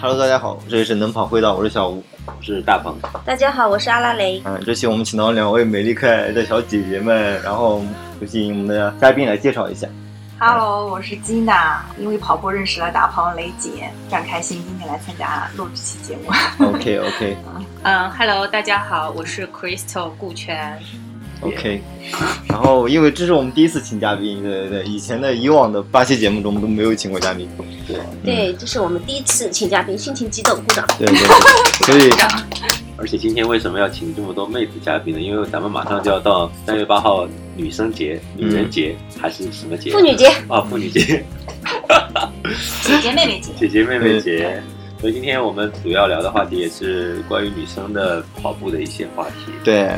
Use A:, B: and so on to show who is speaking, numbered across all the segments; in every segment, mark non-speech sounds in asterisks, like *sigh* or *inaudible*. A: Hello，大家好，这里是能跑会道，我是小吴。
B: 我是大鹏，
C: 大家好，我是阿拉蕾。
A: 嗯，这期我们请到了两位美丽可爱的小姐姐们，然后有请我们的嘉宾来介绍一下。
D: Hello，我是吉娜，因为跑步认识了大鹏雷姐，非常开心今天来参加录这期节目。
A: OK OK
E: 嗯，Hello，大家好，我是 Crystal 顾全。
D: *laughs*
A: OK，然后因为这是我们第一次请嘉宾，对对对，以前的以往的八期节目中都没有请过嘉宾，嗯
C: 对，这是我们第一次请嘉宾，心情激动，鼓掌。
A: 对对对，所以
B: 而且今天为什么要请这么多妹子嘉宾呢？因为咱们马上就要到三月八号女生节、女人节、
A: 嗯
B: 还是什么节？
C: 妇女节，
B: 啊，妇
A: *laughs*
B: 女节、
D: 姐姐妹妹姐，
B: 姐姐妹妹节。所以今天我们主要聊的话题也是关于女生的跑步的一些话题，
A: 对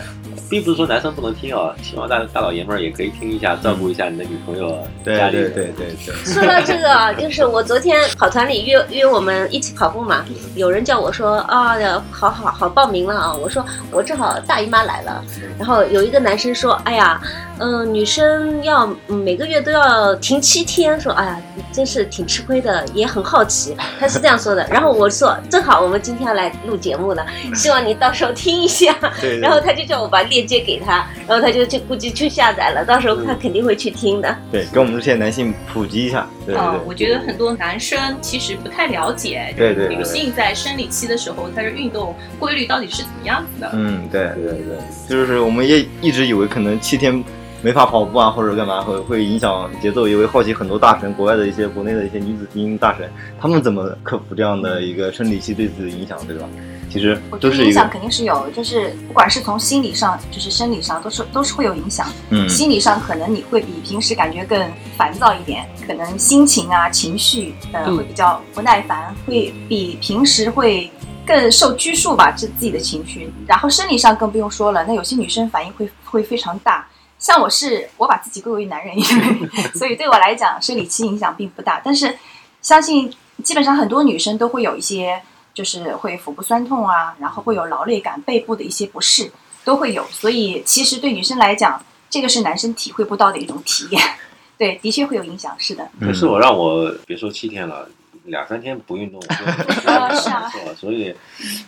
B: 并不是说男生不能听啊，希望大大老爷们儿也可以听一下，照顾一下你的女朋友啊、
A: 对
B: 家里
A: 对
B: 人。
A: 对对对，
C: 说到这个啊，就是我昨天跑团里约约我们一起跑步嘛，有人叫我说啊、好好好报名了啊，我说我正好大姨妈来了，然后有一个男生说，哎呀，嗯、女生要嗯每个月都要停七天，说哎呀，真是挺吃亏的，也很好奇，他是这样说的。然后我说，正好我们今天要来录节目了，希望你到时候听一下。
A: 对对
C: 然后他就叫我把链接给他，然后他就去估计去下载了，到时候他肯定会去听的。
A: 对，跟我们这些男性普及一下，对
E: 啊、
A: 对
E: 我觉得很多男生其实不太了解，
A: 对对对
E: 女性在生理期的时候，她的运动规律到底是怎么样子的。
A: 嗯对，
B: 对对对
A: 就是我们也一直以为可能七天没法跑步啊，或者干嘛会会影响节奏，也会好奇很多大神，国外的一些、国内的一些女子精英大神，他们怎么克服这样的一个生理期对自己的影响，对吧？其实
D: 我觉
A: 都
D: 得
A: 是
D: 影
A: 一个
D: 响肯定是有，就是不管是从心理上，就是生理上，都是都是会有影响。
A: 嗯
D: 心理上可能你会比平时感觉更烦躁一点，可能心情啊、情绪呃
E: 嗯
D: 会比较不耐烦，会比平时会更受拘束吧，这自己的情绪。然后生理上更不用说了，那有些女生反应会会非常大。像我是我把自己归为男人，因为所以对我来讲生理期影响并不大，但是相信基本上很多女生都会有一些，就是会腹部酸痛啊，然后会有劳累感、背部的一些不适都会有，所以其实对女生来讲，这个是男生体会不到的一种体验。 *laughs* 对，的确会有影响，是的。
A: 嗯
B: 可是我让我别说七天了，两三天不运动，我就
D: 啊是啊
B: 没错所以，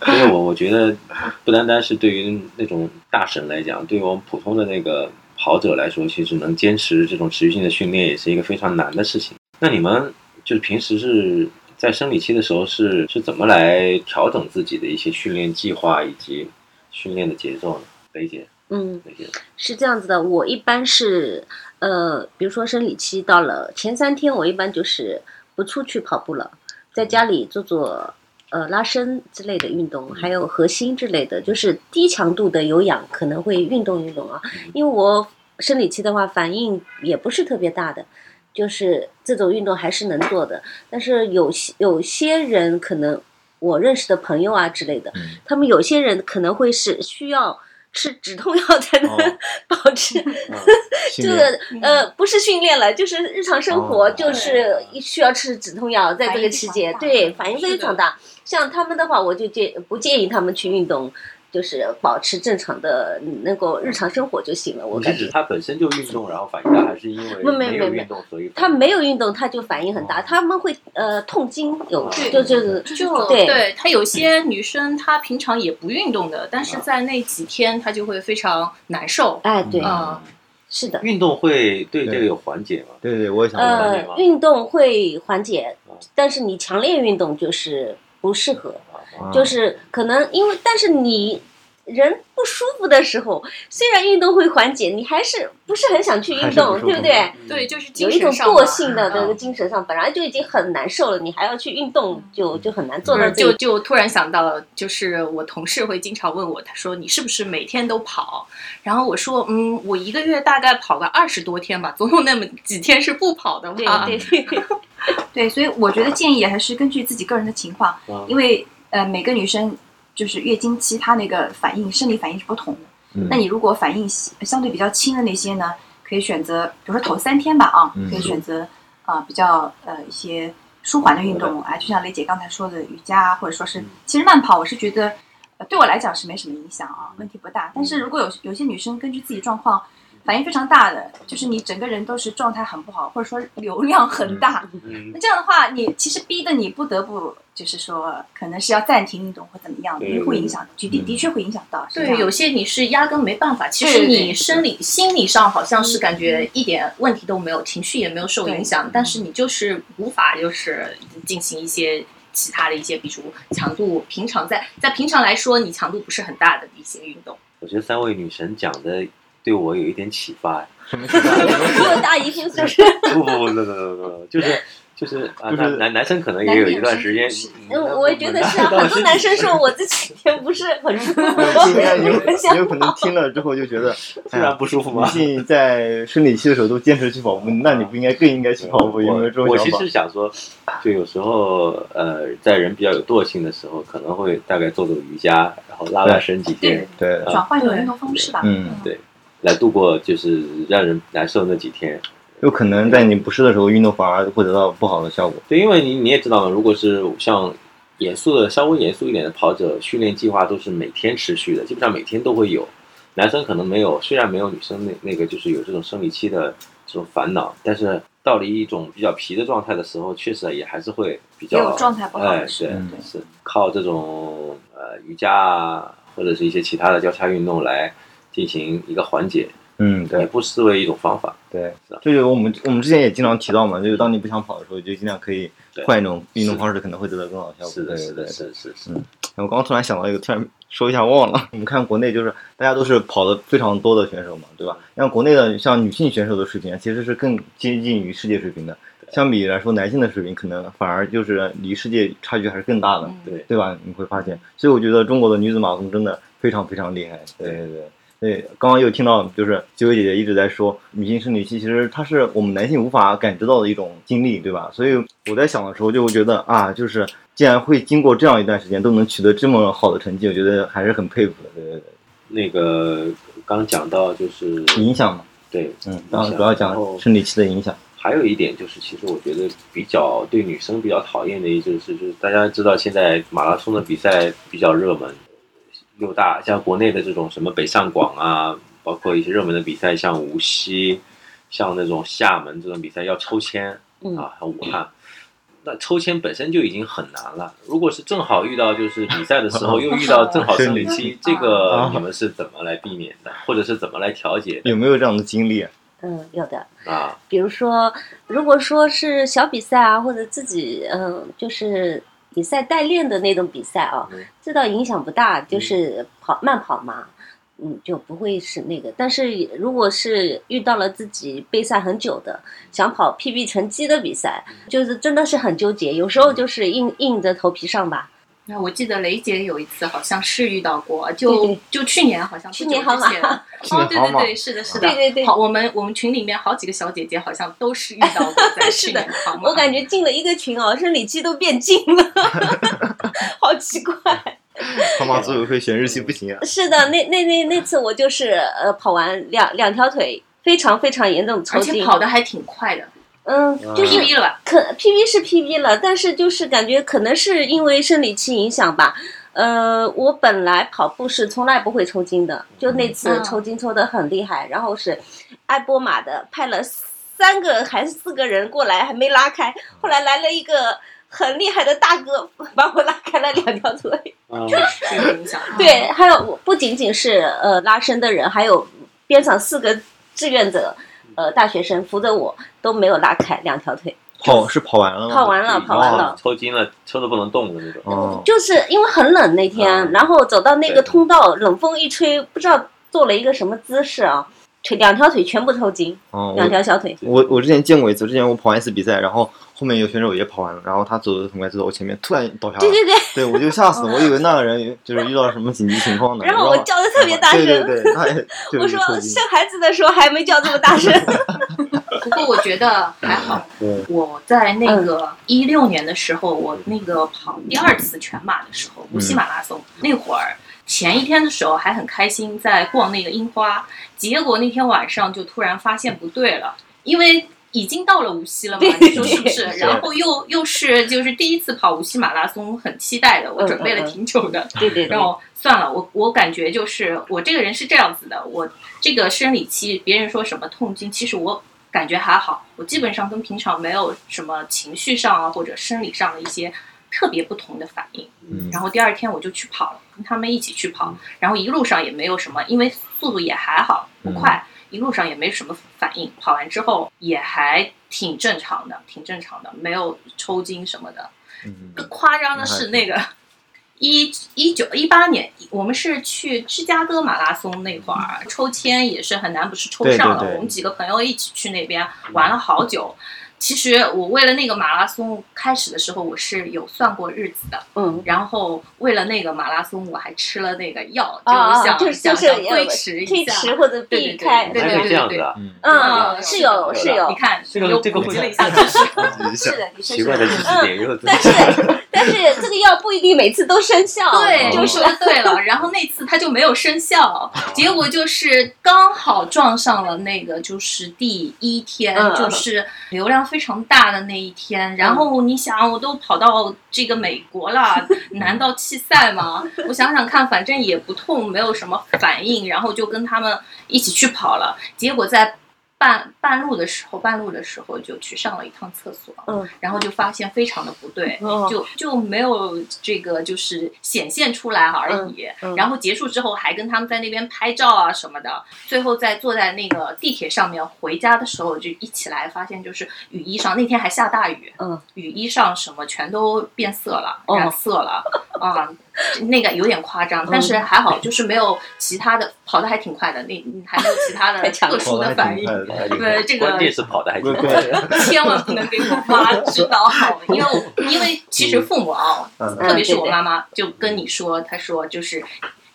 B: 所以我我觉得不单单是对于那种大神来讲，对于我们普通的那个跑者来说，其实能坚持这种持续性的训练也是一个非常难的事情。那你们就是平时是在生理期的时候是是怎么来调整自己的一些训练计划以及训练的节奏呢？雷姐，
C: 嗯，
B: 雷姐，
C: 是这样子的，我一般是呃，比如说生理期到了前三天，我一般就是不出去跑步了，在家里做做。呃，拉伸之类的运动，还有核心之类的，就是低强度的有氧，可能会运动运动啊。
A: 嗯
C: 因为我生理期的话，反应也不是特别大的，就是这种运动还是能做的。但是有些有些人可能我认识的朋友啊之类的，
A: 嗯
C: 他们有些人可能会是需要吃止痛药才能、
A: 哦
C: *laughs* 保持
A: 训
C: 这
A: 练
C: 个呃不是训练了，就是日常生活
B: 哦
C: 就是需要吃止痛药，在这个期间
D: 反
C: 对
D: 应非常大
C: 反应非常大。像他们的话，我就建不建议他们去运动。就是保持正常的能够日常生活就行了，我
B: 你是
C: 感
B: 指
C: 觉。
B: 他本身就运动，然后反应大，还是因为
C: 没没
B: 没有
C: 没没
B: 运动所以
C: 他没有运动，他就反应很大，
B: 哦
C: 他们会呃痛经有，
B: 对
C: 就就是
E: 就
C: 对
E: 她有些女生她平常也不运动的，但是在那几天她就会非常难受。
C: 哎对，
E: 嗯
C: 是的，
B: 运动会对这个有缓解吗？
A: 对对，我也想问，
B: 缓解
C: 呃
B: 吗
C: 运动会缓解
B: 哦，
C: 但是你强烈运动就是不适合。
B: 啊
C: 就是可能因为，但是你人不舒服的时候，虽然运动会缓解，你还是不是很想去运
A: 还是不
C: 动，
A: 舒服
C: 对不对？
E: 对，就是
C: 有
E: 精
C: 一种
E: 神上
C: 惰
E: 嘛
C: 性的那个
E: 嗯
C: 精神上，本来就已经很难受了，你还要去运动，就就很难做到
E: 嗯
C: 这
E: 就
C: 一。
E: 就突然想到，就是我同事会经常问我，他说你是不是每天都跑？然后我说，嗯，我一个月大概跑个二十多天吧，总有那么几天是不跑的啊
C: 对
E: 嘛。
C: 对 *laughs* 对对，
D: 对，所以我觉得建议还是根据自己个人的情况，
A: 嗯
B: 啊
D: 因为呃每个女生就是月经期她那个反应生理反应是不同的。
A: 嗯
D: 那你如果反应相对比较轻的那些呢，可以选择，比如说头三天吧啊，
A: 嗯
D: 可以选择啊、比较呃一些舒缓的运动啊，就像雷姐刚才说的瑜伽啊，或者说是
B: 嗯
D: 其实慢跑，我是觉
A: 嗯
D: 得、呃对我来讲是没什么影响啊，问题不大。但是如果有有些女生根据自己状况，反应非常大的，就是你整个人都是状态很不好，或者说流量很大。
B: 嗯
D: 那这样的话，你其实逼得你不得不就是说，可能是要暂停运动或怎么样的，
B: 对
D: 因为会影响，的的
A: 嗯
D: 的确会影响到。是这
E: 对，
D: 样
E: 有些你是压根没办法。其实
D: 对对嗯
E: 你生理、心理上好像是感觉一点问题都没有，情绪也没有受影响，但是你就是无法就是进行一些其他的一些，比如强度，平常在在平常来说，你强度不是很大的一些运动。
B: 我觉得三位女神讲的对我有一点启发。
C: 我大姨夫是
B: 不不不不不不不，就是就是啊，
A: 就
B: 男
A: 是
B: 男男生可能也有一段时间，
C: 嗯，我也觉得
A: *laughs*
C: 是啊，很多男生说我这几天不是很舒服，
A: 就应该也有
C: 我
A: 也
C: 想
A: 有可能听了之后就觉得，
B: *laughs*
A: 哎
B: 虽然不舒服啊
A: 女
B: 嘛。
A: 性在生理期的时候都坚持去跑步，那你不应该更应该去跑步？有没有这种
B: 我
A: 想
B: 其
A: 法
B: 实？想说，就有时候呃，在人比较有惰性的时候，可能会大概做做瑜伽，然后拉拉伸几天，
A: 对，
D: 转换一种运动方式吧。
A: 嗯
B: 对来度过就是让人难受那几天。
A: 有可能在你不适的时候运动反而会得到不好的效果。
B: 对，因为你你也知道嘛，如果是像严肃的、稍微严肃一点的跑者，训练计划都是每天持续的，基本上每天都会有。男生可能没有，虽然没有女生那那个就是有这种生理期的这种烦恼，但是到了一种比较疲的状态的时候，确实也还是会比较
D: 也有状态不好
B: 哎，
D: 的时
B: 是
A: 候嗯
D: 对
B: 是靠这种呃瑜伽啊，或者是一些其他的交叉运动来进行一个缓解，
A: 嗯，
B: 也不失为一种方法。
A: 对
B: 是啊，
A: 这就我们我们之前也经常提到嘛，就是当你不想跑的时候，就尽量可以
B: 对
A: 换一种运动方式，可能会得到更好的效果。
B: 是
A: 对
B: 的，是的，
A: 对
B: 是的是的是的。
A: 我刚刚突然想到一个，突然说一下忘了。我们看国内就是大家都是跑的非常多的选手嘛，对吧？像国内的像女性选手的水平，啊其实是更接近于世界水平的。相比来说，男性的水平可能反而就是离世界差距还是更大的，
B: 嗯对
A: 对吧？你会发现，所以我觉得中国的女子马拉松真的非常非常厉害。对对对。对，刚刚又听到，就是九尾姐姐一直在说，女性生理期其实它是我们男性无法感知到的一种经历，对吧？所以我在想的时候，就会觉得啊，就是既然会经过这样一段时间，都能取得这么好的成绩，我觉得还是很佩服的。对对
B: 那个刚讲到就是
A: 对，影响嘛，
B: 对，
A: 嗯，
B: 影
A: 然后
B: 响
A: 主要
B: 然后
A: 讲生理期的影响，
B: 还有一点就是，其实我觉得比较对女生比较讨厌的一就是，就是大家知道现在马拉松的比赛比较热门，六大像国内的这种什么北上广啊，包括一些热门的比赛，像无锡，像那种厦门这种比赛要抽签，
C: 嗯
B: 啊，还有武汉。那抽签本身就已经很难了，如果是正好遇到就是比赛的时候又遇到正好生理期，这个你们是怎么来避免的，或者是怎么来
A: *laughs*
B: 调节的
A: 有没有这样的经历啊？
C: *laughs* 嗯，有的。
B: 啊？
C: 比如说，如果说是小比赛啊，或者自己嗯、呃就是比赛代练的那种比赛啊
B: 嗯，
C: 这倒影响不大，
E: 嗯
C: 就是跑慢跑嘛，嗯，就不会是那个。但是如果是遇到了自己备赛很久的，想跑 PB 成绩的比赛，
E: 嗯
C: 就是真的是很纠结，有时候就是硬硬着头皮上吧。
E: 那我记得雷姐有一次好像是遇到过，
C: 对
E: 就
C: 对
E: 就去年好像不久
C: 去年好
E: 之
C: 马
E: 前
A: *laughs* 去年
E: 哦，对
A: 好
E: 对
A: 马
E: 对，是的，是的，
C: 对对对
E: 好，我们我们群里面好几个小姐姐好像都是遇到过
C: *laughs*
E: 在去
C: 是的
E: 年好马，
C: 我感觉进了一个群哦，生理期都变静
E: *laughs*
C: 了，好奇怪。
A: 他妈组委会选日期不行啊！
C: 是的，那那那那次我就是呃跑完两两条腿非常非常严重抽
E: 而且
C: 筋，
E: 跑的还挺快的，
C: 嗯，
B: 嗯
C: 就是
E: 毕业了，
C: 可 PB 是 PB 了，但是就是感觉可能是因为生理期影响吧。呃，我本来跑步是从来不会抽筋的，就那次
E: 嗯
C: 抽筋抽的很厉害，然后是爱波马的派了三个还是四个人过来，还没拉开，后来来了一个很厉害的大哥，把我拉开了两条腿。
B: 啊，
E: 这个影响。
C: 对，还有不仅仅是呃拉伸的人，还有边上四个志愿者，呃大学生扶着我都没有拉开两条腿，
A: 跑是跑完了吗？
C: 跑完了，
B: 就已经
C: 跑完了。
B: 哦抽筋了，抽的不能动的那种。
A: 哦，
C: 就是因为很冷那天，
B: 嗯
C: 然后走到那个
B: 对
C: 通道，冷风一吹，不知道做了一个什么姿势啊，腿两条腿全部抽筋，
A: 哦，
C: 两
A: 我
C: 条小腿。
A: 我我之前见过一次，之前我跑完一次比赛，然后后面有选手也跑完了，然后他走的很快，走到我前面，突然倒下
C: 对
A: 了，
C: 对对，
A: 对我就吓死了，我以为那个人就是遇到什么紧急情况呢。
C: 然后我叫的特别大声，
A: 对对对，他
C: *laughs*
A: 也就
C: 我
A: 是
C: 说
A: 抽筋
C: 生孩子的时候还没叫这么大声。
E: 不过我觉得还好。
A: 对
E: 我在那个一六年的时候，我那个跑第二次全马的时候，无锡马拉松、那会儿，前一天的时候还很开心，在逛那个樱花，结果那天晚上就突然发现不对了，因为。已经到了无锡了嘛，你说是不是？然后又又是就是第一次跑无锡马拉松，很期待的，我准备了挺久的，
C: 对对对
E: 然，后算了，我我感觉就是我这个人是这样子的，我这个生理期，别人说什么痛经，其实我感觉还好，我基本上跟平常没有什么情绪上啊或者生理上的一些特别不同的反应。
B: 嗯
E: 然后第二天我就去跑了，跟他们一起去跑，然后一路上也没有什么，因为速度也还好，不快，一路上也没什么反应。跑完之后也还挺正常的，挺正常的，没有抽筋什么的。
A: 嗯
E: 更夸张的是那个一一九一八年，我们是去芝加哥马拉松那会儿抽签也是很难，不是抽上了。
A: 对对对
E: 我们几个朋友一起去那边玩了好久。其实我为了那个马拉松开始的时候，我是有算过日子的。
C: 嗯，
E: 然后为了那个马拉松，我还吃了那个药，
D: 哦
C: 啊，
E: 想、
C: 啊就是
E: 想
C: 就
E: 想
C: 是
E: 推迟
C: 推
E: 一下。
C: 迟或者避开，
E: 对
B: 还
E: 对
B: 可
E: 对
B: 以这样子啊，
A: 嗯，
C: 嗯，是有是有
E: 你，看，
B: 这个
E: 又
B: 这个
E: 普及
B: 会
E: 了一下知识。
D: *laughs* 是的，的确
B: 奇
D: 是
B: 怪的
D: 的
B: 知。识点又
C: 但是 *laughs* 但是这个药不一定每次都生效，
E: 对，
C: 就
E: 你
C: 是 *laughs*
E: 说的对了。然后那次他就没有生效，结果就是刚好撞上了那个就是第一天，
C: 嗯
E: 就是流量非常大的那一天。然后你想，我都跑到这个美国了，难道弃赛吗？我想想看，反正也不痛，没有什么反应，然后就跟他们一起去跑了。结果在半半路的时候，半路的时候就去上了一趟厕所，
C: 嗯，
E: 然后就发现非常的不对，
C: 哦
E: 就就没有这个就是显现出来而已。
C: 嗯嗯
E: 然后结束之后还跟他们在那边拍照啊什么的，最后在坐在那个地铁上面回家的时候就一起来发现就是雨衣上那天还下大雨，
C: 嗯，
E: 雨衣上什么全都变色了，
C: 哦嗯
E: 染色
C: *laughs*
E: 了啊、那个有点夸张，但是还好就是没有其他的，跑得还挺快的，那嗯还没有其他的
C: 太强了
E: 特殊的反应。对这个
B: 关键是跑的还挺
A: 不
B: 快。
A: 不，
E: 千万不能给我妈知道，因为我因为其实父母啊，
A: 嗯
E: 特别是我妈妈，就跟你说，她说就是。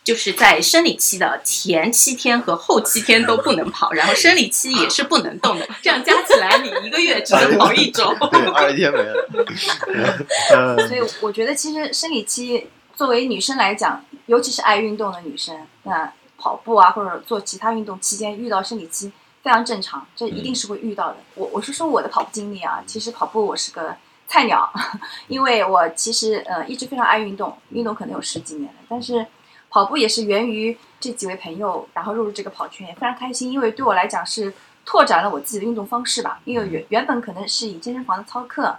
E: 就是在生理期的前七天和后七天都不能跑，然后生理期也是不能动
D: *laughs*
E: 的，这样加起来你一个月只能跑一周。
A: 对，二十天没
D: *laughs*
A: 了。嗯
D: 所以我觉得，其实生理期作为女生来讲，尤其是爱运动的女生，那跑步啊或者做其他运动期间遇到生理期非常正常，这一定是会遇到的。我我是说我的跑步经历啊，其实跑步我是个菜鸟，因为我其实呃一直非常爱运动，运动可能有十几年了，但是跑步也是源于这几位朋友，然后入入这个跑圈，也非常开心，因为对我来讲是拓展了我自己的运动方式吧，因为原原本可能是以健身房的操课。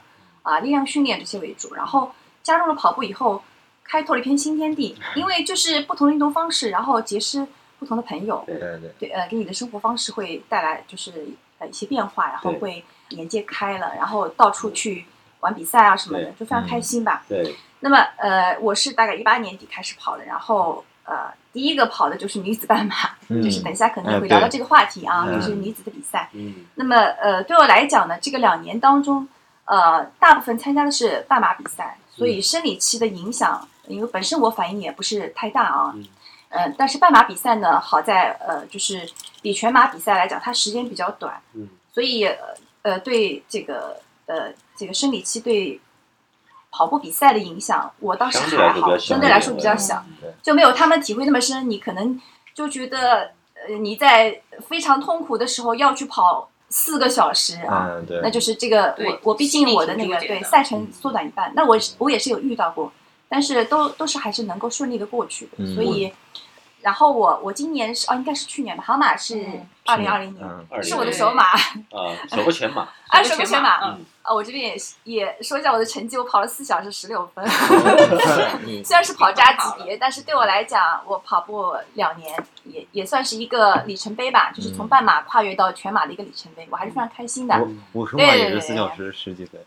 D: 啊、力量训练这些为主，然后加入了跑步以后，开拓了一片新天地，因为就是不同的运动方式，然后结识不同的朋友，
A: 对对对，
D: 对，呃，给你的生活方式会带来就是呃一些变化，然后
B: 对
D: 会眼界开了，然后到处去玩比赛啊什么的，
B: 对
D: 就非常开心吧。
B: 对，
D: 那么呃，我是大概一八年底开始跑的，然后呃，第一个跑的就是女子半马，
A: 嗯
D: 就是等一下可能
A: 哎
D: 会聊到
A: 对
D: 这个话题啊，
A: 嗯
D: 就是女子的比赛。
B: 嗯
D: 那么呃，对我来讲呢，这个两年当中，呃，大部分参加的是半马比赛，所以生理期的影响，因为本身我反应也不是太大啊。
B: 嗯
D: 呃，但是半马比赛呢，好在呃，就是比全马比赛来讲，它时间比较短，
B: 嗯
D: 所以呃呃，对这个呃这个生理期对跑步比赛的影响，我倒是
B: 相对来
D: 还
B: 说
D: 好，相对来
B: 比较小一
D: 说比
B: 点嗯我
D: 较
B: 觉
E: 得
D: 小。
A: 对
D: 就没有他们体会那么深，你可能就觉得呃你在非常痛苦的时候要去跑四个小时啊，
A: 嗯对，嗯
D: 那就是这个
E: 对
D: 我我毕竟我的那
E: 心里
D: 个
E: 挺纠结的
D: 对赛程缩短一半，那我我也是有遇到过，但是都都是还是能够顺利的过去的，
A: 嗯
D: 所以。然后我我今年是哦，应该是去年吧，杭马是
E: 嗯
D: 二零二零年，
A: 嗯
B: 二零
D: 是我的
E: 2020
D: 首马，
B: 啊，首个全马，
D: *laughs* *laughs* 二
E: 手
D: 十
E: 个
D: 个
E: 全
D: 全
E: 马
D: 马。
B: 嗯
D: 啊，我这边也是也说一下我的成绩，我跑了四小时十六分。 *laughs*
A: 嗯
D: 虽然是跑渣级别，但是对我来讲，我跑步两年也也算是一个里程碑吧，就是
A: 嗯
D: 从半马跨越到全马的一个里程碑，我还是非常开心的。
A: 我我说话也是四小时十几分，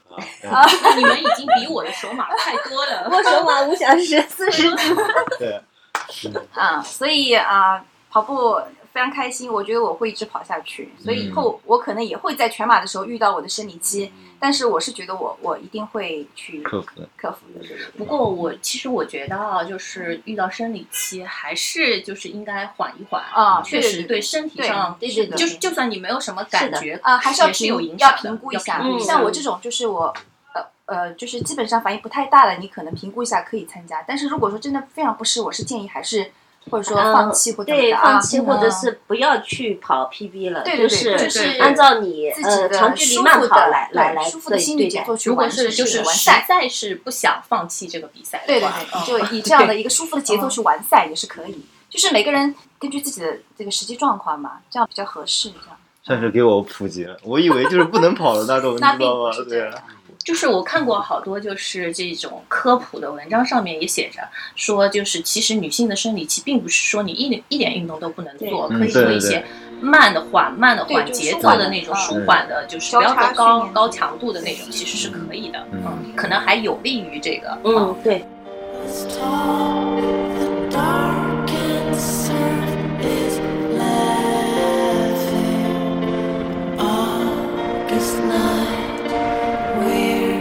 B: 啊，
E: 嗯你们已经比我的手马快多了。
D: *laughs*
C: 握手码五小时四十几，
A: 对，
D: 嗯，所以啊、跑步非常开心，我觉得我会一直跑下去。所以以
A: 嗯
D: 后我可能也会在全马的时候遇到我的生理期，
E: 嗯
D: 但是我是觉得我我一定会去
A: 克服的，
D: 克服的。对对对
E: 不过我其实我觉得啊，就是遇到生理期，还是就是应该缓一缓
D: 啊
E: 确
D: 对
E: 实
D: 对
E: 对身体
D: 对
E: 上，
C: 对对对
E: 就是就算你没有什么感觉
D: 啊，还是要
E: 也是
D: 评
E: 有影
D: 要
E: 响的
D: 评估一下。
E: 要评
C: 估一下
D: 像我这种，就是我呃呃，就是基本上反应不太大的，你可能评估一下可以参加。但是如果说真的非常不适，我是建议还是或者说
E: 嗯
D: 放弃或怎么
C: 对
D: 的啊
C: 放弃，
D: 嗯
C: 或者是不要去跑 PB 了，
D: 对对对
C: 是
D: 就是
C: 按照你
D: 自
C: 呃
D: 己的
C: 长距离
D: 舒
C: 慢
D: 服
C: 跑
D: 的
C: 来
D: 对
C: 来来
D: 舒服的
C: 对
D: 心理
C: 对
D: 节
C: 待
D: 奏去
E: 如果
D: 完
E: 是
D: 成
E: 就
D: 这
E: 是
D: 个完
E: 实
D: 赛。
E: 在是不想放弃这个比赛
D: 对
E: 的
D: 对
E: 话，
D: 对，
E: 嗯
C: *laughs*
D: 就以这样的一个舒服的
C: 嗯
D: 节奏去完赛也是可以。就是每个人根据自己的这个实际状况嘛，这样比较合适。这样
A: 算是给我普及了。我以为就是不能跑的那种，你
D: 那
A: 知
D: 并
A: 道
D: 不
A: 吗
D: 是？这
A: 对
D: 样
A: 啊，
E: 就是我看过好多就是这种科普的文章，上面也写着说，就是其实女性的生理期并不是说你一点一点运动都不能做，
A: 对
E: 可以
A: 嗯对
E: 做一些慢的、缓慢的、
D: 对
E: 缓
D: 就是
E: 节
D: 舒
E: 奏
D: 缓
E: 的
D: 的
E: 那种
D: 嗯
E: 舒缓的，就是不要
D: 交叉
E: 做高
D: 训练
E: 高强度的那种，其实是可以的，
A: 嗯
E: 可能还有利于这个，
C: 嗯，对，
F: Dark and sun is laughing. August night, we're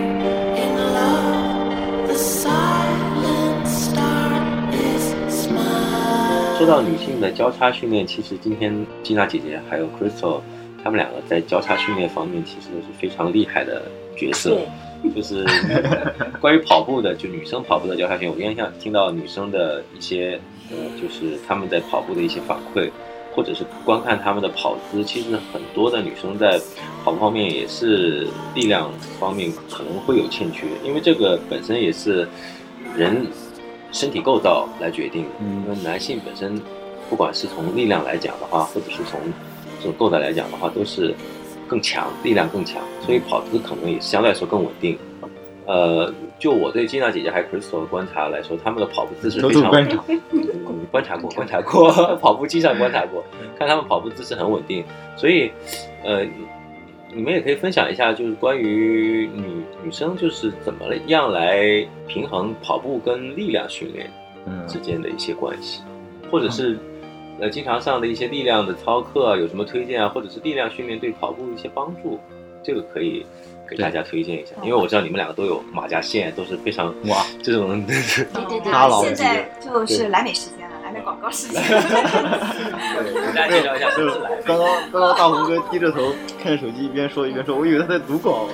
F: in love. The silent star is smiling.
B: 说到女性的交叉训练，其实今天金娜姐姐还有 Crystal，她们两个在交叉训练方面其实都是非常厉害的角色
C: 对。
B: 就是关于跑步的，就女生跑步的交叉训练，我经常想听到女生的一些，呃，就是她们在跑步的一些反馈，或者是观看她们的跑姿。其实很多的女生在跑步方面也是力量方面可能会有欠缺，因为这个本身也是人身体构造来决定的。
A: 嗯
B: 因为男性本身，不管是从力量来讲的话，或者是从这种构造来讲的话，都是更强，力量更强，所以跑姿可能也相对来说更稳定。呃，就我对金娜姐姐还有 Crystal 的观察来说，她们的跑步姿势
A: 都
B: 非
A: 是
B: 常
A: 观察，
B: 嗯观察过，观察过， *laughs* 跑步机上观察过，看他们跑步姿势很稳定，所以，呃，你们也可以分享一下，就是关于女女生就是怎么样来平衡跑步跟力量训练
A: 嗯
B: 之间的一些关系，或者是呃经常上的一些力量的操课啊，有什么推荐啊，或者是力量训练对跑步一些帮助，这个可以给大家推荐一下，因为我知道你们两个都有马甲线，都是非常
A: 哇，
B: 这种 *laughs*
C: 对对对
A: 大佬
D: 嗯现
A: 级
D: 在
A: 的
D: 就是来美时间了，来美广告时间。
B: 给大家介 *laughs* 绍一下怎么来的。
A: 刚刚刚刚大红哥低着头看手机，一边说一边说，我以为他在读稿。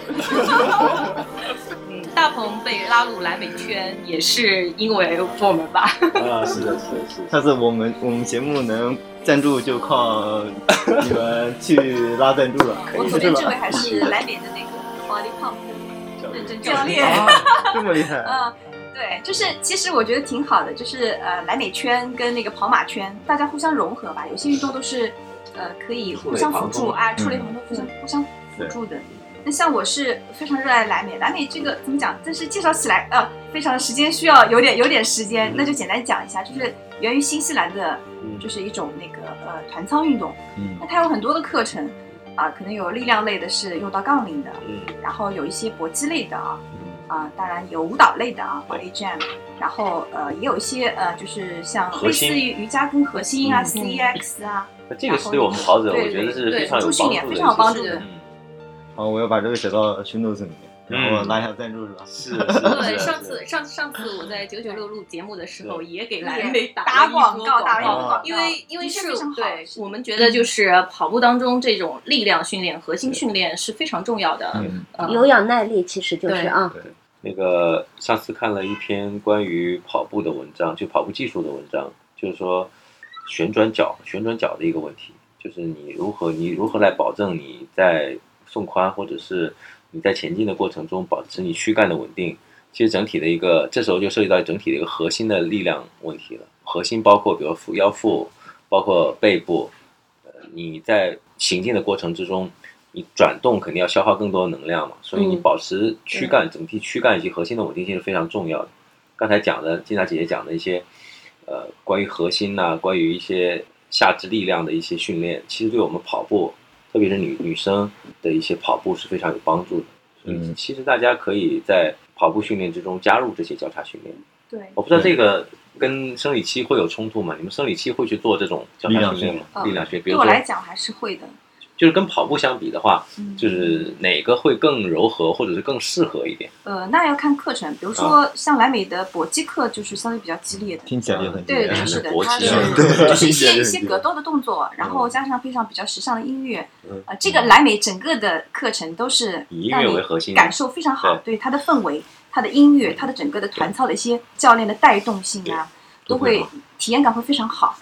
E: 大鹏被拉入莱美圈也是因为我们吧，
B: 啊，是的，是的，是的。
A: 下次我们我们节目能赞助就靠你们去拉赞助了，
D: 我
A: 是
D: 左边这位
A: 吧？啊
D: 还是来美的那个 Body Pump 认真教练。
A: 啊， *laughs* 这么厉害！
D: 嗯，对，就是其实我觉得挺好的，就是呃，莱美圈跟那个跑马圈，大家互相融合吧。有些运动都是呃可以互相辅助啊，触类旁通，互相互相辅助的。那像我是非常热爱莱美，莱美这个怎么讲？但是介绍起来呃，非常时间需要有点有点时间，那就简单讲一下，就是源于新西兰的，就是一种那个呃团操运动。
A: 嗯
D: 那它有很多的课程啊，可能有力量类的是用到杠铃的，
B: 嗯，
D: 然后有一些搏击类的啊，啊、当然有舞蹈类的啊，body jam，然后呃也有一些呃就是像
B: 核
D: 类似
B: 心
D: 于瑜伽跟核心啊、
B: 嗯
D: CEX 啊，
B: 那这个是对我们跑者，我觉得是非常有帮助的一些事情。嗯
E: 对
A: 好，我要把这个写到 s h i n o 里面，然后
B: 嗯
A: 拉一下赞助是吧？
B: 是 *laughs* 的，是的
E: *laughs*
B: 是的啊
E: 对，上次上上次我在九九六录节目的时候，也给
D: 也
E: 蓝莓
D: 打
E: 打了一
D: 广
E: 波
D: 告，打
E: 广
D: 了一波
E: 告
A: 广
D: 广告，
E: 因为因为
D: 的确
E: 是
D: 非常好
E: 对，
D: 是
E: 我们觉得就是跑步当中这种力量训练、核心训练是非常重要的。
A: 嗯，
E: 呃
C: 有氧耐力其实就是
E: 对
C: 啊，
B: 那个上次看了一篇关于跑步的文章，就跑步技术的文章，就是说旋转脚、旋转脚的一个问题，就是你如何你如何来保证你在送髋或者是你在前进的过程中保持你躯干的稳定。其实整体的一个，这时候就涉及到整体的一个核心的力量问题了。核心包括比如腹腰腹，包括背部，呃，你在行进的过程之中，你转动肯定要消耗更多的能量嘛，所以你
C: 嗯
B: 保持躯干、整体躯干以及核心的稳定性是非常重要的。刚才讲的金娜姐姐讲的一些，呃，关于核心呐、关于一些下肢力量的一些训练，其实对我们跑步，特别是女女生的一些跑步是非常有帮助的。所以
A: 嗯
B: 其实大家可以在跑步训练之中加入这些交叉训练。
D: 对。
B: 我不知道这个跟生理期会有冲突吗？你们生理期会去做这种交叉训练吗？力
D: 力
B: 量训练，比
D: 对
B: 如
D: 我
B: 说
D: 来讲还是会的，
B: 就是跟跑步相比的话，
D: 嗯
B: 就是哪个会更柔和，或者是更适合一点？
D: 呃，那要看课程，比如
B: 啊
D: 说像莱美的搏击课就是相对比较激烈的，
A: 听起来就很
D: 对，
A: 厉害
D: 对是的
B: 国，
D: 它
B: 旗
D: 是
B: 啊
D: 就是一
A: 对
D: 些一
A: 对
D: 些
A: 对
D: 格斗的动作，然后加上配上比较时尚的音乐
B: 嗯，
D: 呃，这个莱美整个的课程都是
B: 以音
D: 让
B: 乐
D: 你
B: 为核心
D: 感受非常好，对它的氛围、它的音乐、它的整个的团操的一些教练的带动性啊，
B: 对
D: 都
B: 都会
D: 会体验感会非常好。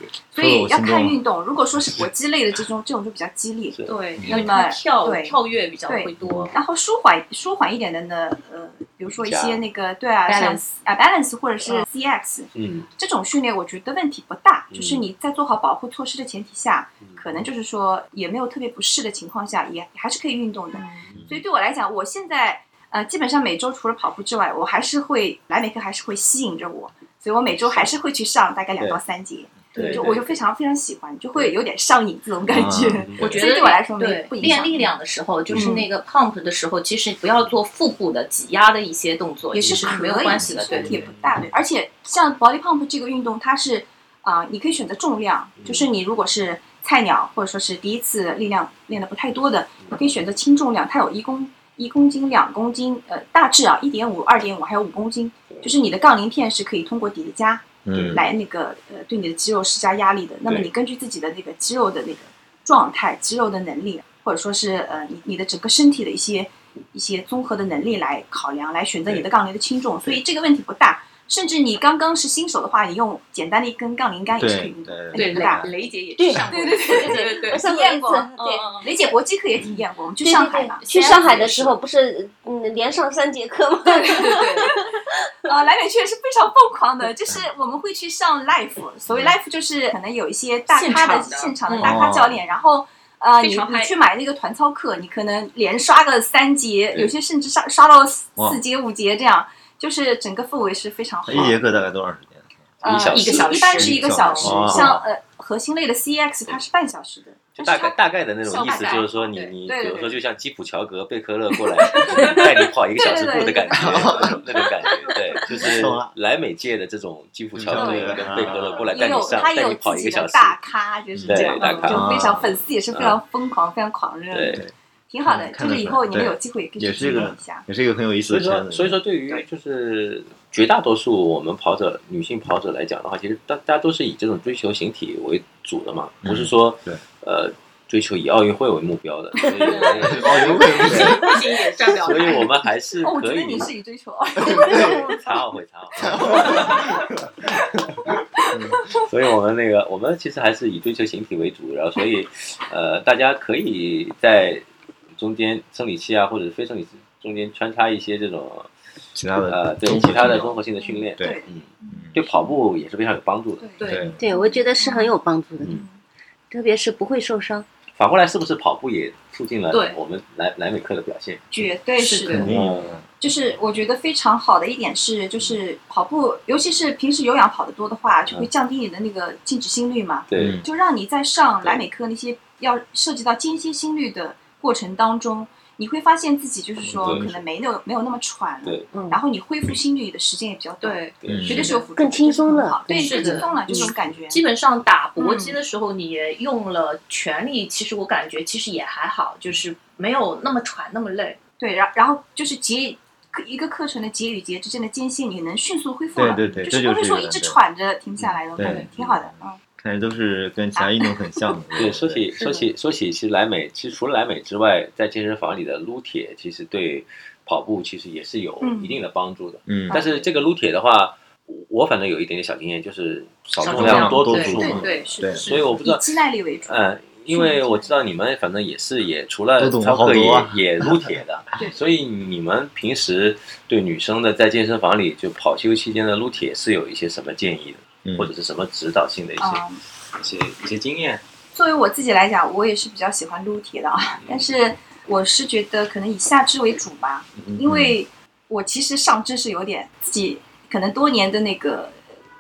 A: 说
D: 所
A: 得
D: 以
A: 我
D: 要
A: 心动
D: 看
A: 了
D: 运动，如果说是搏击类的这种，这种就比较激烈。
B: 是
E: 对，
D: 那
E: 那
D: 么
E: 么跳
D: 对
E: 跳跃比较
D: 对
E: 会多。
D: 然后舒缓舒缓一点的呢，呃，比如说一些
B: 加
D: 那个对啊，像
E: Balance
D: 啊 balance 或者是 CX
B: 嗯，
D: 这种训练，我觉得问题不大，
B: 嗯
D: 就是你在做好保护措施的前提下，
B: 嗯
D: 可能就是说也没有特别不适的情况下，也也还是可以运动的。
A: 嗯
D: 所以对我来讲，我现在呃，基本上每周除了跑步之外，我还是会莱美克还是会吸引着我，所以我每周还是会去上大概两到三节，
B: 对，
D: 就
B: 对
D: 我就非常非常喜欢，就会有点上瘾这种感觉。
A: 啊
E: 我觉
D: 所以
E: 得
D: 对我来说没
E: 对
D: 不影
E: 练
D: 响
E: 力量的时候，就是
D: 嗯
E: 那个 pump 的时候，其实不要做腹部的挤压的一些动作，
D: 也
E: 其
D: 是
E: 实
D: 可以
E: 没有关系的。
D: 其实
E: 对
D: 问题也不大对。而且像 body pump 这个运动，它是啊、你可以选择重量，就是你如果是菜鸟或者说是第一次力量练的不太多的，你可以选择轻重量，它有一公一公斤、两公斤，呃，大致啊一点五、二点五，还有五公斤，就是你的杠铃片是可以通过叠加
A: 嗯，
D: 来那个呃对你的肌肉施加压力的。那么
B: 对
D: 你根据自己的那个肌肉的那个状态、肌肉的能力，或者说是呃你你的整个身体的一些一些综合的能力来考量，来选择你的杠铃的轻重。所以这个问题不大，甚至你刚刚是新手的话，你用简单的一根杠铃杆也是可以运动的，
A: 对
D: 问题不大。
E: 雷姐也
C: 对
E: 上过
D: 对对
E: 对对对
C: 我上
D: 体
C: 过一
D: 验过
C: 次，对。
E: 嗯嗯
D: 雷姐搏击课也体验过，我们去
C: 对
D: 上
C: 对
D: 海
C: 对
D: 嘛。
C: 去上海的时候
E: 是
C: 不是嗯连上三节课吗？
D: 呃，来美确实非常疯狂的，就是我们会去上 live，所谓 live 就是可能有一些大咖的
E: 现场的
D: 现场的
E: 嗯
D: 大咖教练，然后呃，
E: 非
D: 你
E: 常
D: 你
E: 嗨
D: 去买那个团操课，你可能连刷个三节，
B: 对
D: 有些甚至刷刷到四
A: 哇
D: 四节五节这样，就是整个氛围是非常好。
A: 一节课大概多长时间？
D: 呃
B: 一小时
D: 一一般是一个小时
A: 一个小，时
D: 像呃核心类的 CX 它是半小时的，
B: 就
D: 但
B: 大
D: 是
B: 概
D: 它
B: 大概的那种意思，
E: 小
B: 就是说你
E: 概
B: 你
D: 对对
B: 比如
D: 对
B: 说就像基普乔格、贝
D: *laughs*
B: 克勒过来带你跑一个小时步的感觉，那种感觉，对，就是
A: 懂了
B: 莱美界的这种基普乔格
A: 嗯
B: 跟贝克勒过来
D: 也
B: 带你
D: 有
B: 上
D: 它也
B: 带
D: 有
B: 你跑
D: 自
B: 一
D: 己
B: 个小
D: 的
B: 时，
D: 大咖，就是这样，
B: 对大咖
D: 就非常
A: 啊
D: 粉丝也是非常疯狂、非常狂热的。
B: 对。
D: 挺好的，
A: 嗯
D: 就
A: 看
D: 是
A: 得
D: 以
A: 出
D: 后
A: 来
D: 你们
A: 对
D: 有机会也可以
A: 也
D: 去
A: 是一
D: 体验
A: 个
D: 一下。
A: 也是一个很有意思
B: 所
A: 的
B: 以
A: 圈
B: 说，
A: 子。
B: 所以说对于就是绝大多数我们跑者女性跑者来讲的话，其实大大家都是以这种追求形体为主的嘛，
A: 嗯
B: 不是说、
A: 对
B: 呃追求以奥运会为目标的，
D: *laughs*
B: 所以
A: 奥运
B: *laughs*
A: 会
E: 不仅也上不了
B: 所
E: 台
B: 以我们还是
D: 哦，我觉
B: 可
D: 得
B: 以
D: 你是以追求， *laughs*
B: 茶话会，茶话会。嗯所以我们那个，我们其实还是以追求形体为主，然后所以，呃，大家可以在中间生理期啊，或者是非生理期中间穿插一些这种
A: 其他的
B: 呃，对
A: 综合
B: 其他的
A: 性
B: 综合性的训练，
A: 对，
B: 嗯，
A: 嗯
B: 对跑步也是非常有帮助的。
E: 对
A: *laughs* 对
C: 对，我觉得是很有帮助的，
B: 嗯
C: 特别是不会受 *laughs* 伤。
B: 反过来，是不是跑步也促进了
E: 对
B: 我们莱莱美克的表现？嗯
D: 绝对
E: 是
D: 是
E: 的
D: 的
A: 肯。定有
D: 就是我觉得非常好的一点是，就是跑步，尤其是平时有氧跑得多的话，就会降低你的那个静止心率嘛，
B: 对，
A: 嗯
D: 就让你在上
B: 对
D: 莱美科那些要涉及到间歇心率的过程当中，你会发现自己就是说
B: 对
D: 可能没有没有那么喘了
B: 对，
C: 嗯，
D: 然后你恢复心率的时间也比较短，
E: 对，
A: 嗯
B: 对
D: 绝对是有辅助的，
C: 更轻松了
D: 这是很好对，
E: 是
D: 更轻
E: 的
D: 松了，就这种感觉。
E: 基本上打搏击的时候，你也用了全力，其实我感觉其实也还好，就是没有那么喘那么累。
D: 对，然然后就是节一个课程的节与节之间的间隙，你能迅速恢复
A: 对
D: 了，
A: 对对，
D: 就
A: 这
D: 是
A: 就
D: 不
A: 是
D: 会说
A: 这
D: 一
A: 个
D: 直
A: 对
D: 喘着停下来的，我感
A: 对
D: 觉挺好的，嗯，
A: 看来都是跟其他运动很像的。
B: 对，说起
E: 是
B: 说
E: 的
B: 起说起，其实莱美，其实除了莱美之外，在健身房里的撸铁，其实对跑步其实也是有
D: 嗯
B: 一定的帮助的。
A: 嗯，
B: 但是这个撸铁的话，我我反正有一点点小经验，就是少
E: 少
B: 重
E: 重量
B: 多组
A: 多
B: 数
A: 组
B: 嘛
A: 数。
E: 对
D: 是
A: 对
D: 的，
B: 所以我不知
D: 以
B: 道，
D: 肌耐力为主，
B: 嗯，因为我知道你们反正也是也除了
A: 都懂
B: 操
A: 好
B: 课也
A: 多啊
B: 也撸铁的
D: 对，
B: 所以你们平时对女生的在健身房里就跑休期间的撸铁是有一些什么建议的，
A: 嗯
B: 或者是什么指导性的一些
D: 啊、
B: 一些一些经验？
D: 作为我自己来讲，我也是比较喜欢撸铁的啊，但是我是觉得可能以下肢为主吧，
B: 嗯
D: 因为我其实上肢是有点自己可能多年的那个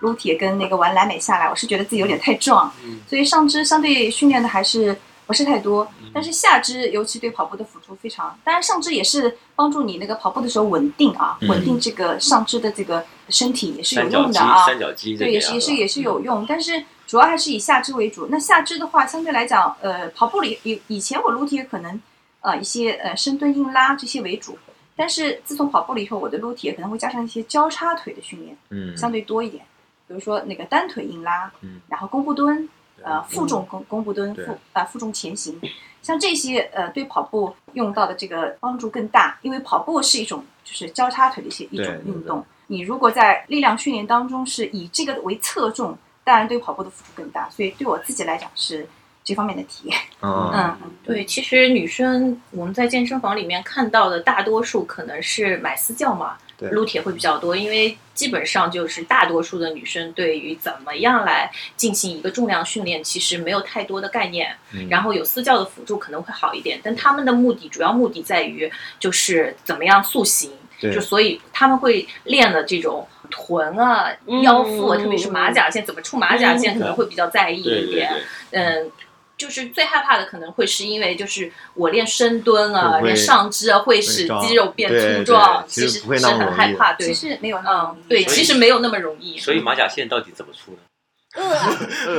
D: 撸铁跟那个玩蓝美下来，我是觉得自己有点太壮，
B: 嗯
D: 所以上肢相对训练的还是不是太多
B: 嗯，
D: 但是下肢尤其对跑步的辅助非常，当然上肢也是帮助你那个跑步的时候稳定啊，
A: 嗯
D: 稳定这个上肢的这个身体也是有
B: 三角
D: 用
B: 肌，
D: 的啊，
B: 三角肌这
D: 对，
B: 个
D: 也
B: 样
D: 是
B: 子
D: 也是也是有
B: 嗯
D: 用，但是主要还是以下肢为主。那下肢的话，相对来讲，呃，跑步里以以前我撸铁可能呃一些呃深蹲、硬拉这些为主，但是自从跑步了以后，我的撸铁可能会加上一些交叉腿的训练，
A: 嗯，
D: 相对多一点，比如说那个单腿硬拉，
A: 嗯
D: 然后弓步蹲，呃，负重弓弓步蹲，
A: 对
D: 负呃负重前行，像这些呃对跑步用到的这个帮助更大，因为跑步是一种就是交叉腿的一些一
A: 对
D: 种
A: 对
D: 运
A: 对
D: 动。你如果在力量训练当中是以这个为侧重，当然对跑步的付出更大，所以对我自己来讲是这方面的体验。
A: 嗯，
D: 嗯，嗯
E: 对，其实女生我们在健身房里面看到的大多数可能是买私教嘛，
A: 对
E: 撸铁会比较多，因为基本上就是大多数的女生对于怎么样来进行一个重量训练，其实没有太多的概念。然
A: 后
E: 后有私教的辅助可能会好一点，但他们的目的主要目的在于就是怎么样塑形，
A: 对
E: 就所以他们会练的这种臀啊、
C: 嗯
E: 腰腹啊，
C: 嗯
E: 特别是马甲线，怎么触马甲
D: 嗯
E: 线可能会比较在意
B: 对
E: 一
B: 对
E: 点。
B: 对，
E: 嗯，就是最害怕的可能会是因为就是我练深蹲
A: 不
E: 啊，
A: 会
E: 练上肢啊，会使
A: 会胀
E: 肌肉变
A: 对
E: 粗
A: 对
E: 壮，
A: 其实
E: 实
A: 不会
E: 是
A: 那么
E: 很
A: 容
E: 害
A: 易的
E: 怕，对
D: 其。实没有那么
E: 嗯，对，
B: 所以
E: 其实没有那么容易。
B: 所以马甲线到底怎么出呢？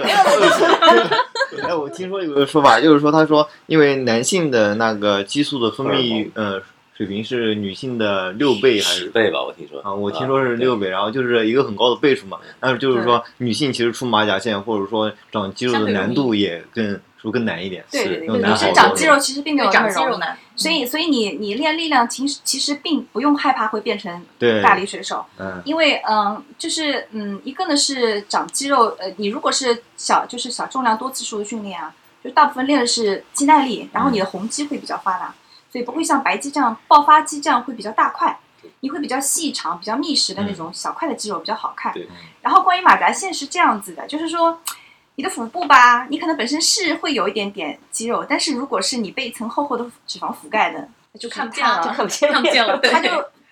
A: 哎，我听说有个说法，就是说他说，因为男性的那个激素的分泌呃水平是女性的六倍还
B: 十
A: 是？
B: 倍吧，我听说
A: 啊，我听说是六，倍，然后就是一个很高的倍数嘛。但是就是说，女性其实出马甲线或者说长肌肉的难度也更是不是更难一点？
D: 对
B: 是
D: 对对，
A: 有
D: 对
A: 男
D: 女
A: 好
D: 生
A: 多
D: 长
A: 的
D: 肌肉其实并没有那
E: 长
D: 么
E: 肌肉
D: 容易，
E: 难，
D: 所以所以你你练力量，其实其实并不用害怕会变成
A: 对，
D: 大力水手，
A: 嗯，
D: 因为嗯，就是嗯，一个呢是长肌肉，呃，你如果是小就是小重量多次数的训练啊，就大部分练的是肌耐力，然后你的红肌会比较发达，所以不会像白肌这样爆发肌这样会比较大块，你会比较细长、比较密实的那种小块的肌肉比较好看。
B: 对
D: 然后关于马甲线是这样子的，就是说。你的腹部吧，你可能本身是会有一点点肌肉，但是如果是你被一层厚厚的脂肪覆盖的，那就
E: 看不
D: 它
E: 见了，
D: 就
E: 看不 *laughs* 见了，看不见了。
D: *laughs*
E: 对
D: 他就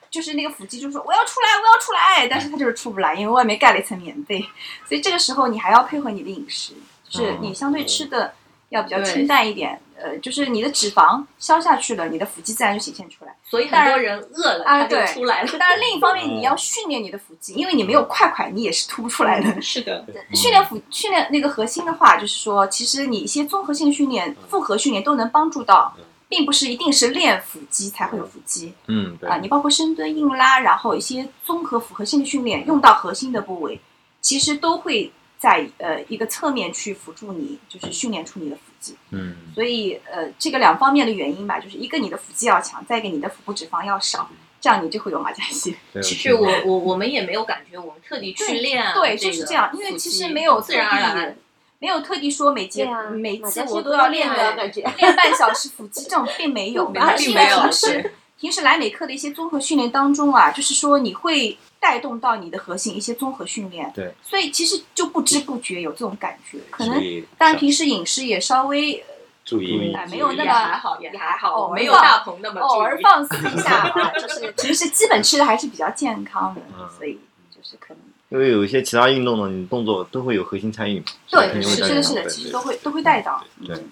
D: 就是那个腹肌就说我要出来，我要出来，但是他就是出不来，因为外面盖了一层棉被，所以这个时候你还要配合你的饮食，就是你相对吃的要比较清淡一点，呃，就是你的脂肪消下去了，你的腹肌自然就显现出来。
E: 所以很多人饿了，
D: 啊
E: 他就
D: 对
E: 出来了。
D: 当然，另一方面你要训练你的腹肌，因为你没有块块，你也是凸不出来的。
E: 是的，
D: 训练腹训练那个核心的话，就是说，其实你一些综合性训练、复合训练都能帮助到
B: 嗯，
D: 并不是一定是练腹肌才会有腹肌。
A: 嗯，对
D: 啊，，你包括深蹲、硬拉，然后一些综合复合性的训练，用到核心的部位，其实都会在呃一个侧面去辅助你，就是训练出你的腹肌。
A: 嗯，
D: 所以呃，这个两方面的原因吧，就是一个你的腹肌要强，再一个你的腹部脂肪要少，这样你就会有马甲线。
A: 对
E: 其实我我我们也没有感觉，我们特地去
D: 对
E: 练啊、
D: 对，
E: 这
D: 就是
E: 个
D: 这样，因为
E: 腹
D: 其
E: 肌
D: 实没有特
E: 自然而
D: 地
E: 然。，
D: 没有特地说每节、
C: 对啊
D: 每
C: 马
D: 次
C: 甲线
D: 我都
C: 不
D: 要
C: 要练啊
D: 练
C: 的
D: 的
C: 感觉 *laughs* 啊
D: 练半小时腹肌，这种并没有，
E: 没
D: 而是
E: 并
D: 因为
E: 没有
D: 平时平时莱美课的一些综合训练当中啊，就是说你会带动到你的核心一些综合训练，
A: 对，
D: 所以其实就不知不觉有这种感觉，可
B: 所
D: 能
B: 以
D: 当然平时饮食也稍微
B: 注意
D: 哎没
B: 注
D: 有
B: 意
D: 那
E: 也
D: 么
E: 还好，也
D: 也
E: 还
D: 还
E: 好，
D: 好
E: 哦我没有
D: 偶尔
E: 大鹏那么
D: 偶尔
E: 注意。
D: 放肆
E: *laughs*
D: 一下啊，就是平时基本吃的还是比较健康的
A: 嗯，
D: 所以就是可能
A: 因为有一些其他运动呢，你动作都会有核心参与嘛，
D: 对，
A: 是
D: 是
A: 的
D: 的，
A: 是
D: 是
A: 的
D: 的，其实都会都会带到，
A: 对
D: 嗯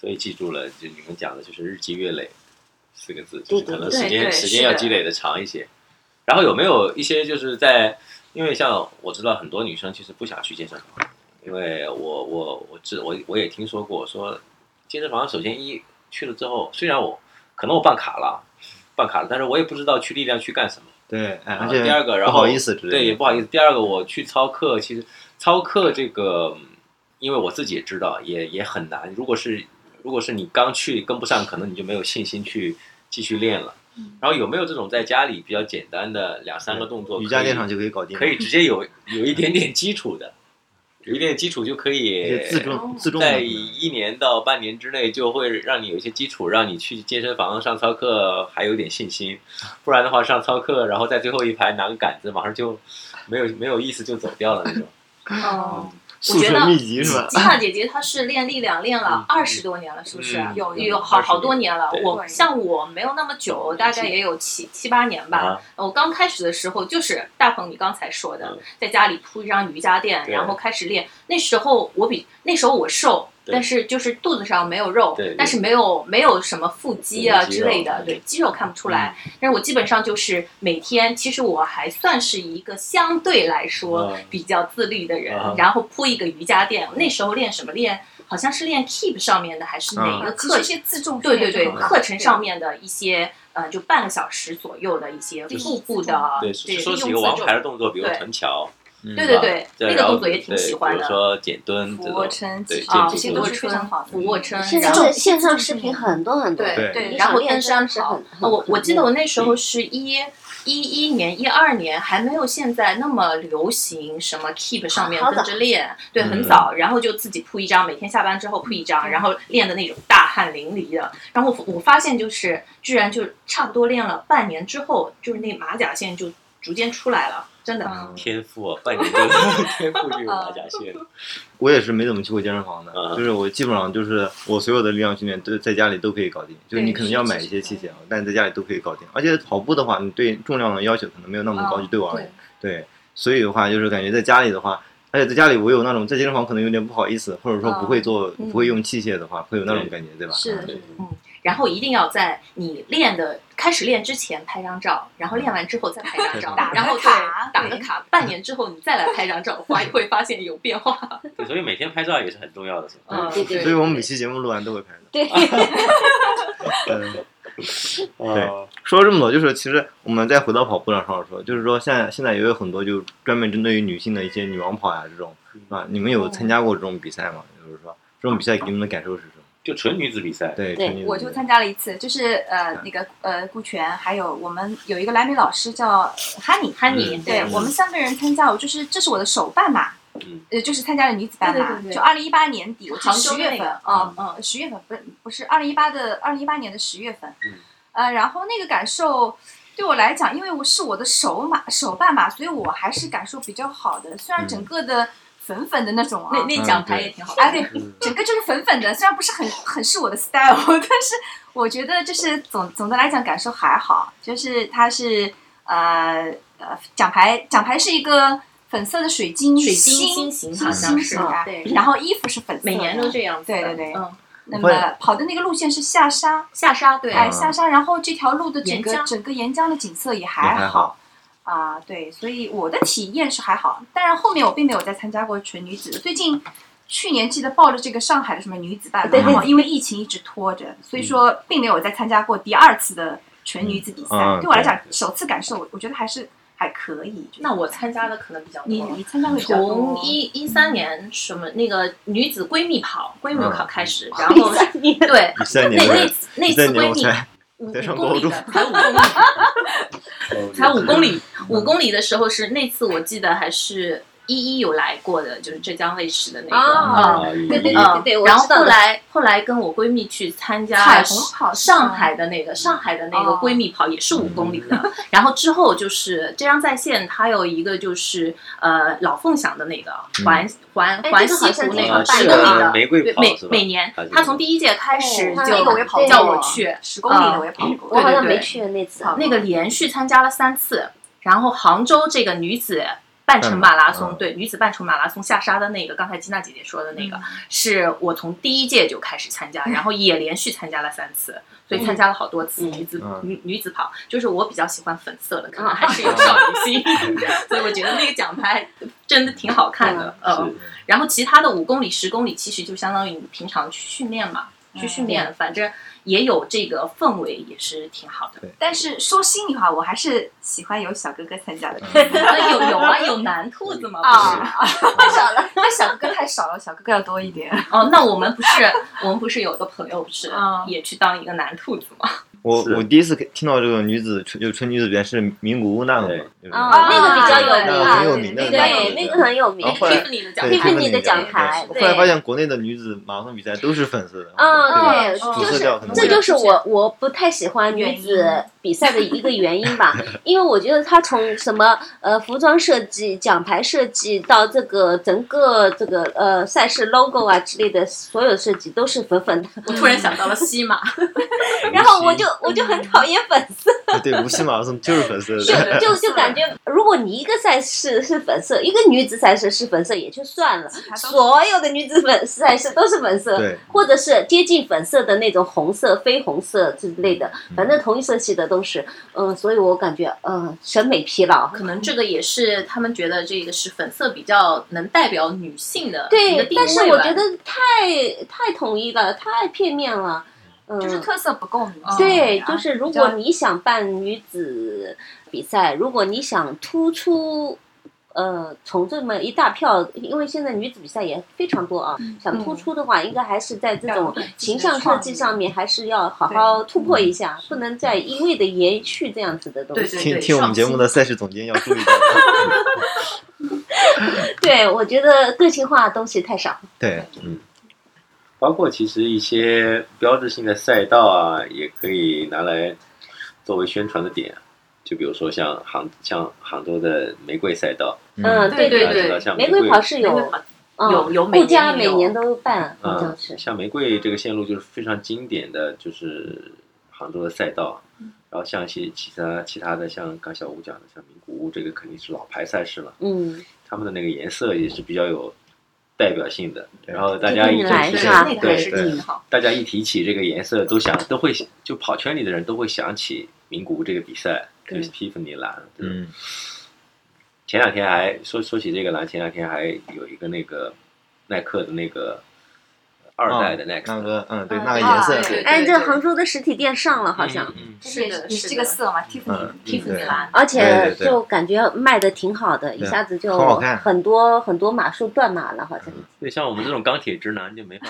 B: 所以记住了，就你们讲的就是日积月累四个字，
C: 对
B: 就是可能
E: 对
B: 时间
E: 对
B: 时
E: 是
B: 间要
E: 的
B: 积累的长一些。然后有没有一些就是在，因为像我知道很多女生其实不想去健身房，因为我我我知我我也听说过说，健身房首先一去了之后，虽然我可能我办卡了，啊办卡了，但是我也不知道去力量去干什么。
A: 对，哎，
B: 然
A: 而
B: 后
A: 且
B: 第二个，然
A: 不
B: 后
A: 好意思之类的，
B: 对，也不好意思。第二个，我去操课，其实操课这个，嗯因为我自己也知道，也也很难。如果是如果是你刚去跟不上，可能你就没有信心去继续练了。然后有没有这种在家里比较简单的两三个动作，
A: 瑜伽
B: 可以
A: 垫上就可以搞定，
B: 可以直接有有一点点基础的，有一点基础就可
A: 一
B: 以
A: 些自重自重的
B: 在
A: 可能
B: 一年到半年之内，就会让你有一些基础，让你去健身房上操课还有点信心，不然的话上操课，然后在最后一排拿个杆子，马上就没有没有意思就走掉了那
E: *laughs*
B: 种。
E: 哦，
A: 速
E: 觉
A: 成
E: 得
A: 秘籍是吧？
E: 吉娜姐姐她是练力量练了二十多年了，是不是？
B: 嗯
E: 有
B: 嗯
E: 有好
B: 20
E: 好多年了。
B: 对
E: 我像我没有那么久，大概也有七七八年吧。呃
B: 啊，
E: 我刚开始的时候，就是大鹏你刚才说的
B: 嗯，
E: 在家里铺一张瑜伽垫，
B: 对
E: 然后开始练。那时候我比那时候我瘦，
B: 对
E: 但是就是肚子上没有肉
B: 对对，
E: 但是没有没有什么腹肌啊
B: 对嗯肌
E: 之
B: 肉
E: 类的
B: 嗯，
E: 对肌肉看不出来。但是我基本上就是每天，其实我还算是一个相对来说
B: 嗯
E: 比较自律的人
B: 嗯，
E: 然后铺一个瑜伽垫。那时候练什么练？好像是练 Keep 上面的，还是哪
A: 嗯
B: 啊
E: 一个
D: 啊呃其
E: 课
D: 实一
E: 程？
D: 些自重训
E: 对
D: 练
E: 对对，
D: 就很好
E: 课程上
D: 对
E: 面的一些呃，就半个小时左右的一些
D: 就是
E: 腹部的，
B: 对，
E: 利
B: 说几个
E: 用
B: 王
E: 自重
B: 牌的动作，比如
E: 对
B: 臀桥，
A: 嗯
E: 对对
B: 啊
E: 对，那个
B: 然后
E: 动作也挺喜
B: 对
E: 欢
B: 比如
E: 的。啊
B: 说减蹲这
D: 俯
B: 种
D: 卧，撑、
B: 对
D: 其实这
B: 这
D: 些都
B: 这这
D: 是非常好的。
E: 俯
B: 嗯
E: 卧撑，
C: 现在
E: 然后
C: 的线上视频很多很多，
E: 对
A: 对
E: 然后登山
C: 是
E: 跑
C: 很。
E: 呃
C: 很
E: 我我记得我那时候是一一一年、一二年还没有现在那么流行什么 Keep 上面
C: 好早
E: 跟着练，对，
B: 嗯
E: 很早，然后就自己铺一张，每天下班之后铺一张，然后练的那种大汗淋漓的。然后我我发现就是，居然就差不多练了半年之后，就是那马甲线就逐渐出来了，真的。
B: 天赋啊，半年就 *laughs* 天赋就有马甲线，
A: 我也是没怎么去过健身房的，
B: 嗯
A: 就是我基本上就是我所有的力量训练都在家里都可以搞定，就是你可能要买一些器械啊，但是在家里都可以搞定。而且跑步的话，你对重量的要求可能没有那么高，
C: 啊
E: 嗯
A: 就对我而言，对，所以的话就是感觉在家里的话，而且在家里我有那种在健身房可能有点不好意思，或者说不会做、
E: 嗯
A: 不会用器械的话，会有那种
B: 对
A: 感觉，对吧？
C: 啊是
A: 嗯
C: 的，是的
E: 然后一定要在你练的开始练之前拍张照，然后练完之后再拍张照，
A: 打个
E: 然后对
D: 卡
E: 打
D: 对
E: 个卡，半年之后你再来拍张照， *laughs* 会会发现有变化。
B: 对所以每天拍照也是很重要的。是吧
E: 嗯，
C: 对对
A: 啊所以我们每期节目录完都会拍的。
C: 对， *laughs*
A: 嗯说了这么多，就是其实我们再回到跑步上说说，就是说现在现在也有很多就专门针对于女性的一些女王跑呀这种，啊，你们有参加过这种比赛吗？就是说这种比赛给你们的感受是什么？
B: 就纯女子比赛，
A: 对，
C: 对
A: 肯定有
D: 我就参加了一次，就是
B: 嗯
D: 呃那个呃顾全，还有我们有一个莱美老师叫哈尼，
E: 哈尼，
D: 对
B: 嗯
D: 我们三个人参加，我就是这是我的首半马，
B: 嗯
D: 呃，就是参加了女子半马，
E: 对对对对
D: 就二零一八年底，我记得
E: 杭州
D: 十
E: 的
D: 月
E: 那个
D: 份，啊，嗯，十月份不是不是二零一八的二零一八年的十月份，
B: 嗯
D: 呃，然后那个感受对我来讲，因为我是我的首马首半马，所以我还是感受比较好的，虽
B: 嗯
D: 然整个的粉粉的那种啊，
E: 那那奖牌也挺好的。
D: 哎，对，整个就是粉粉的，虽然不是很很是我的 style，但 *laughs* 是我觉得就是总总的来讲感受还好，就是它是呃呃奖牌奖牌是一个粉色的水晶
E: 水晶
D: 星
E: 心形
D: 星
E: 好像
D: 形
E: 是
D: 的，
E: 对
D: 然后衣服是粉色的，
E: 每年都这样子的。
D: 对对对
E: 嗯，
D: 那么跑的那个路线是下沙，
E: 下沙对，
D: 哎下沙，然后这条路的整
E: 沿
D: 个
E: 江
D: 整个沿江的景色也
A: 也
D: 还
A: 还好。
D: 啊，对，所以我的体验是还好，当然后面我并没有再参加过纯女子。最近去年记得报了这个上海的什么女子半马，
C: 对对
D: 然后因为疫情一直拖着，所以说并没有再参加过第二次的纯女子比赛。
A: 嗯
D: 对我来讲
A: 对，
D: 首次感受，我我觉得还是还可以。就是
E: 那我参加的可能比较多。
D: 你你参加会比较多
E: 从一一三年什么那个女子闺蜜跑闺蜜
A: 嗯
E: 跑开始，然
C: 然
E: 后
C: 后你
E: 对
A: 一三
E: 那
A: 年
E: 那
A: 的，
E: 次那
A: 一
E: 次
A: 三年
E: 闺
A: 我
E: 蜜 *laughs*
A: 才
E: 五五
A: 在上
E: 公
A: 高
E: 里
A: 中 *laughs*
E: 的才五公里，才五公里，
B: 嗯
E: 五公里的时候是那次我记得还是一一有来过的，就是浙江卫视的那个。
C: 啊
E: 嗯
B: 啊，
C: 对对
E: 嗯，
C: 我
E: 然后
C: 知道
E: 后
C: 的
E: 来后来跟我闺蜜去参加
D: 彩虹跑是吗
E: 上海的那个上海的那个
D: 哦
E: 闺蜜跑也是五公里的，然后之后就是浙江在线，它有一个就是呃老凤祥的那个环环
C: 哎
E: 环
C: 这个好
E: 西
C: 像
E: 湖
C: 挺
E: 那
C: 好
E: 个
C: 办
E: 十
C: 的
E: 公里
B: 啊
E: 的，
B: 玫瑰
E: 对
B: 跑
E: 每
B: 嗯是吧
E: 每年
B: 还是
E: 它从第一届开始
D: 哦
E: 就
D: 那个我也跑
E: 叫
D: 过
E: 我去，
D: 十公里的
E: 嗯
D: 我也跑过，
C: 我好像
E: 对对
C: 没
E: 对
C: 去那次，
E: 那个连续参加了三次，然后杭州这个女子半程马拉松，
A: 嗯
E: 对女子半程马拉松下沙的那个，刚才缇娜姐姐说的那个，
D: 嗯
E: 是我从第一届就开始参加，然后也连续参加了三次。所以参加了好多次
C: 嗯
E: 女子
A: 嗯
E: 女女子跑，就是我比较喜欢粉色的，可能
C: 啊
E: 还是有少女心， *laughs* 所以我觉得那个奖牌真的挺好看的，嗯。
B: 是
E: 然后其他的五公里、十公里，其实就相当于你平常去训练嘛，去训练，反正也有这个氛围，也是挺好的。
D: 但是说心里话，我还是喜欢有小哥哥参加的。
E: 那有有啊，有男兔子吗？不
D: 啊，太少了，那小哥哥太少了，小哥哥要多一点。
E: 是哦，那我们不是， *laughs* 我们不是有个朋友不是
C: 啊
D: 嗯
E: 也去当一个男兔子吗？
A: 我
B: 是
A: 我第一次听到这个女子纯就纯女子比赛是名古嗯屋那个
B: 对
A: 嘛，就是
C: 啊，那个比较有
D: 那
C: 名
D: 个
C: 啊，
D: 很有
C: 对
D: 名
A: 的
C: 对，那个很有名
A: 然后。后
B: 啊
A: 来
E: 你的奖
A: 啊对
C: 对
E: 牌，
A: Tiffany
C: Tiffany 的奖牌
A: 对后来
C: 对
A: 发现国内的女子马拉松比赛都是粉色的，
C: 嗯，
A: 对
C: 对，
A: 吧
D: 哦
A: 主
C: 就
A: 色
C: 是
A: 调可能
C: 这
A: 会
C: 就是我我不太喜欢女子比赛的一个原因吧，因为我觉得她从什么呃服装设计、奖牌设计到这个整个这个呃赛事 logo 啊之类的所有设计都是粉粉的，
E: 我突然想到了西马，
C: 然后我就我就很讨厌粉色，
A: 对无锡马拉松就是粉色
C: 就
E: *laughs*
A: 的，
C: 就就感觉如果你一个赛事是粉色，一个女子赛事是粉色也就算了，
D: 他都
C: 所有的女子粉赛事都是粉色，
A: 对，
C: 或者是接近粉色的那种红色、绯红色之类的，反正同一色系的都是，嗯、所以我感觉，嗯、审美疲劳。
E: *laughs* 可能这个也是他们觉得这个是粉色比较能代表女性的一个
C: 对，
E: 定
C: 但是
E: 位
C: 我
E: 吧
C: 觉得太太统一了，太片面了，嗯、
D: 就是特色不够明
E: 哦
D: 显。
C: 对，
D: 啊
C: 就是如
D: 比较
C: 果你想办女子比赛，如果你想突出呃，从这么一大票，因为现在女子比赛也非常多啊，想突出的话，应该还是在这种
E: 嗯要有
C: 形象设计上面，还是要好好突破一下，不能再一味的延续这样子的东西。
E: 嗯对
A: 听
E: 对
A: 听我们
E: 上
A: 节目
E: 新
A: 的赛事总监要注意到，
C: 对，我觉得个性化的东西太
B: 嗯
C: 少。
A: 对，
B: 包括其实一些标志性的赛道啊，也可以拿来作为宣传的点。就比如说像杭像杭州的玫瑰赛道，
C: 嗯，对
E: 对
B: 大家知道像
C: 玫
B: 玫
C: 瑰
B: 瑰
C: 跑是有，嗯
E: 有有每
C: 顾家
E: 年有
C: 每年都办，好
B: 嗯
C: 像，是。
B: 像玫瑰这个线路就是非常经典的，就是杭州的赛道。
E: 嗯
B: 然后像一些其他其他的，像刚小吴讲的，像名古屋这个肯定是老牌赛事了，
C: 嗯，
B: 他们的那个颜色也是比较有代表性的。然后大
C: 就
B: 家
C: 跟
B: 一
C: 你来
B: 提
C: 是吧
E: 那个还
B: 对
E: 是
B: 对，
E: 挺好。
B: 大家一提起这个颜色，都想都会就跑圈里的人都会想起名古屋这个比赛，就
C: 对
B: 是蒂芙尼蓝。对
A: 嗯，
B: 前两天还说说起这个蓝，前两天还有一个那个耐克的那个二代的 Next，、
A: 那个嗯，对，
C: 嗯
A: 那个颜色
E: 啊，对
C: 哎，这杭州的实体店上了，好像。
B: 嗯
E: 是的，
D: 你是
E: 是
D: 这个
E: 的
D: 色吗？Tiffany
A: 嗯
D: Tiffany
A: 对
D: 蓝，
C: 而
A: 对
C: 且
A: 对对嗯
C: 就感觉卖的挺好的，一
A: 对
C: 下子就
A: 很好看
C: 很多很多码数断码了，好像。
B: 对，像我们这种钢铁直男就没法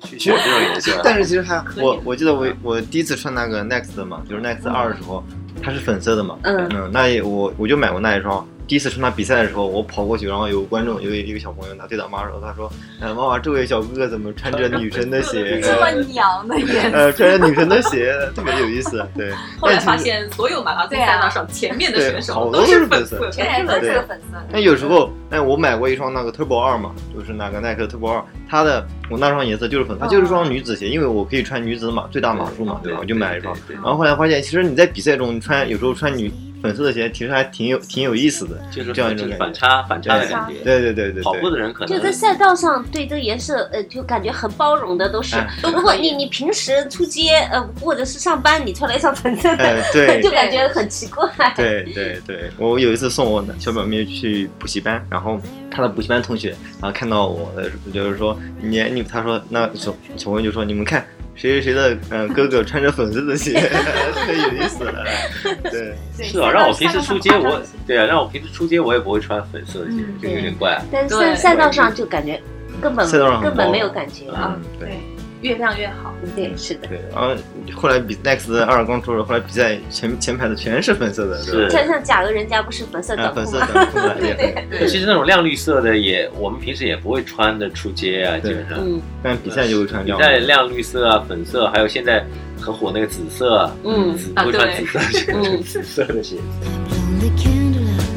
B: 去去去去选这种颜色。
A: 但是其实还
E: 可以嗯
A: 我我记得我我第一次穿那个 Next 的嘛，就是 Next 二的时候，它是粉色的嘛，
C: 嗯
A: 嗯，那也我我就买过那一双。第一次穿它比赛的时候，我跑过去，然后有个观众，有一有一个小朋友，他对他妈说，他说：“呃，妈妈，这位小哥哥怎么穿着女神的鞋？
D: 这么娘的颜色，
A: 呃，穿着女神的鞋，特别有意思。”对，
E: *laughs* 后来发现，所有马拉松
D: 对啊
E: 赛道上前面的
A: 对
E: 选
A: 好
E: 手
A: 多
E: 都
A: 都是
E: 是粉
A: 粉
E: 色
A: 色，
D: 全都
A: 对
D: 是粉色的。
A: 那有时候，哎，我买过一双那个 Turbo 二嘛，就是那个耐克 Turbo 二，它的我那双颜色就是粉，它就是双女子鞋，因为我可以穿女子码最大码数嘛，对吧？我就买了一双。
B: 哦对。
A: 然后后来发现，其实你在比赛中，你穿有时候穿女粉色的鞋，其实还挺有挺有意思的。
B: 对就是
A: 这样一
B: 就
A: 种感
B: 是
A: 觉
B: 反差反差的
A: 对
B: 感觉。
A: 对对对对
B: 跑步
A: 对，
B: 的人可
C: 就
B: 能
C: 在赛道上，对这个颜色，呃，就感觉很包容的，都是
A: 哎。
E: 都
C: 如
E: 可
C: 果
E: 以
C: 你你平时出街，呃，或者是上班，你穿了一双粉色的，
A: 哎， *laughs*
B: *laughs*
A: 对
C: 就感觉很奇怪。
A: *laughs* 对对对，我有一次送我小表妹去补习班，然后她的补习班同学，然后看到我的时候，就是说你你，她说那小小薇就说你们看谁谁谁的嗯、呃哥哥穿着粉色的鞋， *laughs* 特别有意思，哎对，
D: 对
B: 是
D: 赛道
B: 啊，让我平时出街
D: 赛道上
B: 我对啊，让我平时出街我也不会穿粉色的鞋
D: 嗯，
B: 这个有点怪。
C: 但是赛
E: 对
C: 赛道上就感觉根本
A: 赛道上很
C: 根本
A: 包
C: 没有
A: 容
C: 感觉啊。
A: 嗯对。
E: 越亮越好。
C: 对，是的。
A: 对，然后后来比 Next 的二刚出了，后来比赛前前排的全是粉色的，对吧？
B: 是
C: 穿上假如人家不是粉色
A: 啊，
C: 短
A: 粉
C: 裤
A: 色
C: 吗？
A: 的裤 *laughs* 子也很，
B: 其实那种亮绿色的也，我们平时也不会穿的出街啊，基
A: 对
B: 本上。
C: 嗯
A: 但比赛就会穿
B: 你
A: 亮的。
B: 在亮绿色啊、粉色，还有现在很火那个紫色啊，
C: 嗯
B: 紫
E: 啊
B: 不会穿
E: 对
B: 紫色的鞋， *laughs*
C: 嗯
B: 紫色的鞋。
F: Blown the candle out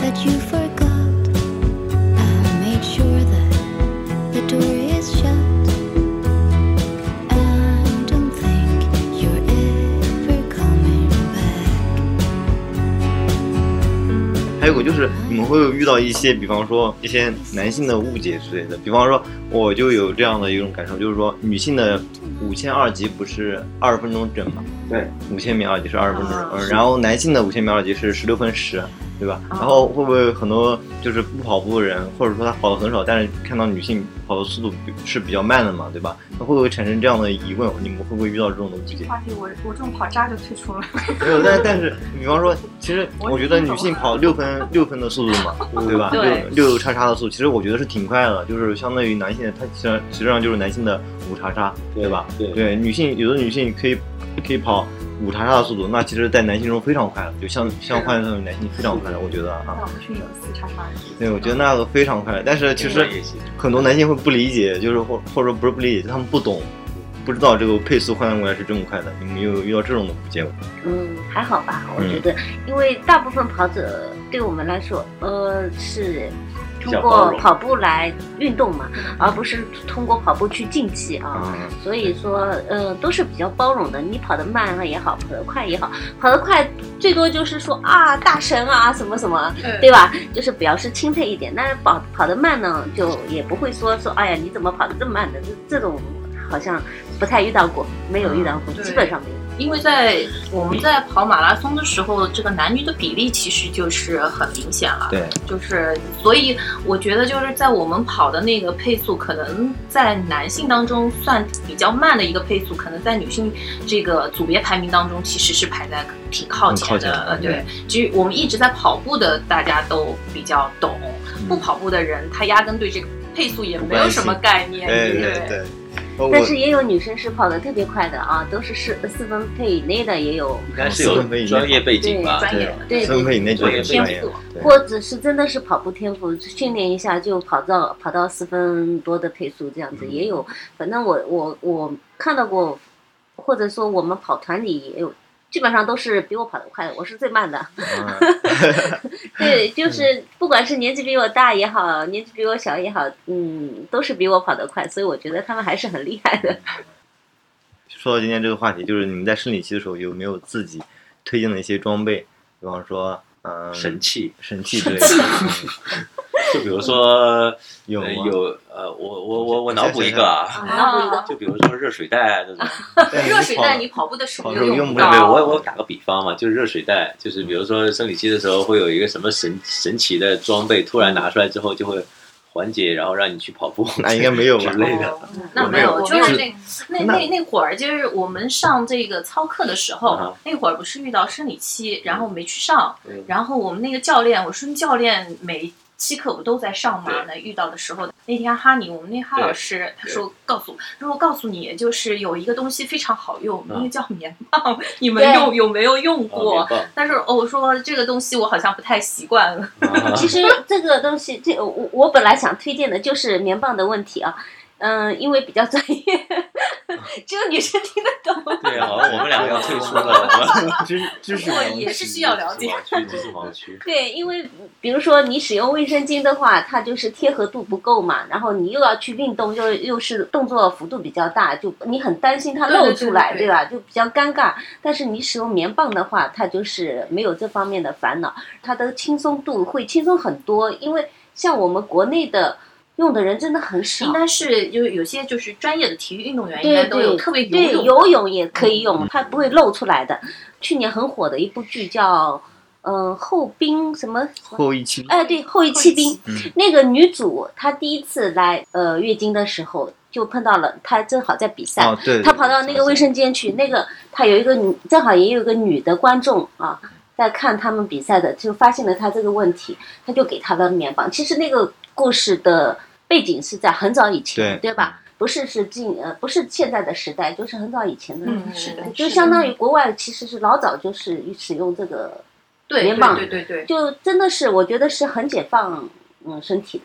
F: that you forgot. I made sure that the door is shut. I don't think you're ever coming back.
A: 还有个就是你们会遇到一些，比方说一些男性的误解之类的。比方说，我就有这样的一种感受，就是说女性的五千二级不是二十分钟整嘛？
B: 对，
A: 五千米二级是二十分钟整，
E: 啊
A: 嗯然后男性的五千米二级是十六分十。对吧？然后会不会很多就是不跑步的人，或者说他跑的很少，但是看到女性跑的速度比是比较慢的嘛，对吧？那会不会产生这样的疑问？你们会不会遇到这种的误
D: 这
A: 解
D: 个？话题我我这种跑渣就退出了。
A: *laughs* 没有，但但是，比方说，其实
D: 我
A: 我觉得
D: 听懂
A: 女性跑六分六分的速度嘛，对吧？
E: 对
A: 六六叉叉的速度，其实我觉得是挺快的，就是相对于男性的，它其实实际上就是男性的五叉叉，
B: 对
A: 吧？
B: 对
A: *laughs* 对，女性有的女性可以可以跑五叉叉的速度，那其实，在男性中非常快了，就相相换算于男性非常快了，我觉得
D: 那
A: 啊，
D: 我们是有四叉叉的。啊
A: 对，我觉得那个非常快，但是其实
B: 也行。
A: 很多男性会不理解，就是或或者说不是不理解，就他们不懂，不知道这个配速换算过来是这么快的，你们有遇到这种的误解吗？
C: 嗯，还好吧，我
A: 嗯
C: 觉得，因为大部分跑者对我们来说，呃，是
B: 比
C: 通
B: 较包
C: 过
B: 容嗯
C: 跑步来运动嘛，而不是通过跑步去竞技啊。
A: 啊，
C: 所以说，呃，都是比较包容的。你跑得慢也好，跑得快也好，跑得快最多就是说啊，大神啊，什么什么，对吧？就是表示钦佩一点。但是跑跑得慢呢，就也不会说说，哎呀，你怎么跑得这么慢的？这这种好像不太遇到过，没有遇到过，
E: 嗯
C: 基本上没有。
E: 因为在我们在跑马拉松的时候，这个男女的比例其实就是很明显了。
A: 对，
E: 就是所以我觉得就是在我们跑的那个配速，可能在男性当中算比较慢的一个配速，可能在女性这个组别排名当中其实是排在挺靠前
A: 很靠前
E: 的。
A: 的
E: 呃对
A: 对，
E: 其实我们一直在跑步的，大家都比较懂；不跑步的人，他压根对这个配速也没有什么概念。
A: 对
E: 对
A: 对对。呃我
C: 但是也有女生是跑得特别快的啊，都是四四分配以内的也有。
B: 应该是有专业背景吧？
E: 专业的
C: 对
A: 四分配以内就
B: 对
A: 是
B: 对
A: 专
E: 天
A: 业
E: 赋。。
A: 对
C: 或者是真的是跑步天赋，训练一下就跑到跑到四分多的配速这样子也有。
A: 嗯
C: 反正我我我看到过，或者说我们跑团里也有，基本上都是比我跑得快的，我是最慢的。 *laughs*
A: 嗯
C: 对，就是不管是年纪比我大也好，年纪比我小也好，嗯，都是比我跑得快，所以我觉得他们还是很厉害的。
A: 说到今天这个话题，就是你们在生理期的时候有没有自己推荐的一些装备？比方说，嗯，
B: 神
A: *laughs*
B: 器，
A: 神器之类的，
B: 就比如说
A: 有
B: 呃
A: 吗
B: 有呃，我我我我脑补一个啊，
C: 然后一个
B: 就比如说热水袋啊这种。
E: *laughs* 热水袋你跑步的时候
A: 跑步用
E: 用
A: 不
B: 没有
A: 到
B: 没有，
E: 到，
B: 我我打个比方嘛，就是热水袋，就是比如说生理期的时候会有一个什么神神奇的装备，突然拿出来之后就会缓解，然后让你去跑步。
A: 那应该没有吧
B: 之？类的。
E: 那
A: 我没
E: 没
A: 有
E: 有，就
D: 我
E: 是
D: 没有
E: 那那那会儿，就是我们上这个操课的时
B: 啊
E: 候
B: 哈，
E: 那会儿不是遇到生理期，然后没去上
B: 嗯，
E: 然后我们那个教练，我说教练每期课不都在上吗？那遇到的时候，那天哈尼，我们那哈
B: 对
E: 老师他
B: 对
E: 说告诉我，如果告诉你，就是有一个东西非常好用，
B: 啊
E: 那个叫棉棒， *laughs* 你们用有没有用过？ *laughs* 但是哦，我说这个东西我好像不太习惯了。 *laughs*
B: 啊
C: 其实这个东西，这我我本来想推荐的就是棉棒的问题啊，嗯，因为比较专业， *laughs* 只有女生听得懂。
B: 对啊，好像我们两个要退出了，我们
A: *laughs* 知知识
E: 不过
A: 盲
E: 也
A: 区
E: 是需要了解。
B: 知识盲区，
C: 对，因为比如说你使用卫生巾的话，它就是贴合度不够嘛，然后你又要去运动，又又是动作幅度比较大，就你很担心它露出来，
E: 对对对对对
C: 吧？就比较尴尬。但是你使用棉棒的话，它就是没有这方面的烦恼，它的轻松度会轻松很多，因为像我们国内的用的人真的很少
E: 应。该是就是有些就是专业的体育运动员应
C: 对
E: 该都有
C: 对，
E: 特别
C: 对
E: 游泳嗯
C: 游泳也可以用，它不会露出来的。去年很火的一部剧叫嗯、呃后兵什么
A: 后一期
C: 哎，对，后裔弃兵
A: 后裔
E: 嗯
A: 弃
C: 那个女主，她第一次来呃月经的时候，就碰到了，她正好在比赛，
A: 哦，对，对
C: 她跑到那个卫，生间去，那个她有一个女，正好也有一个女的观众啊，在看他们比赛的，就发现了她这个问题，她就给她了棉棒。其实那个故事的背景是在很早以前，
A: 对
C: 对吧？不是是近呃，不是现在的时代，就是很早以前的。
E: 嗯，是的，
C: 就相当于国外其实是老早就是使用这个，
E: 对
C: 联网
E: 对对对对，
C: 就真的是我觉得是很解放嗯身体的。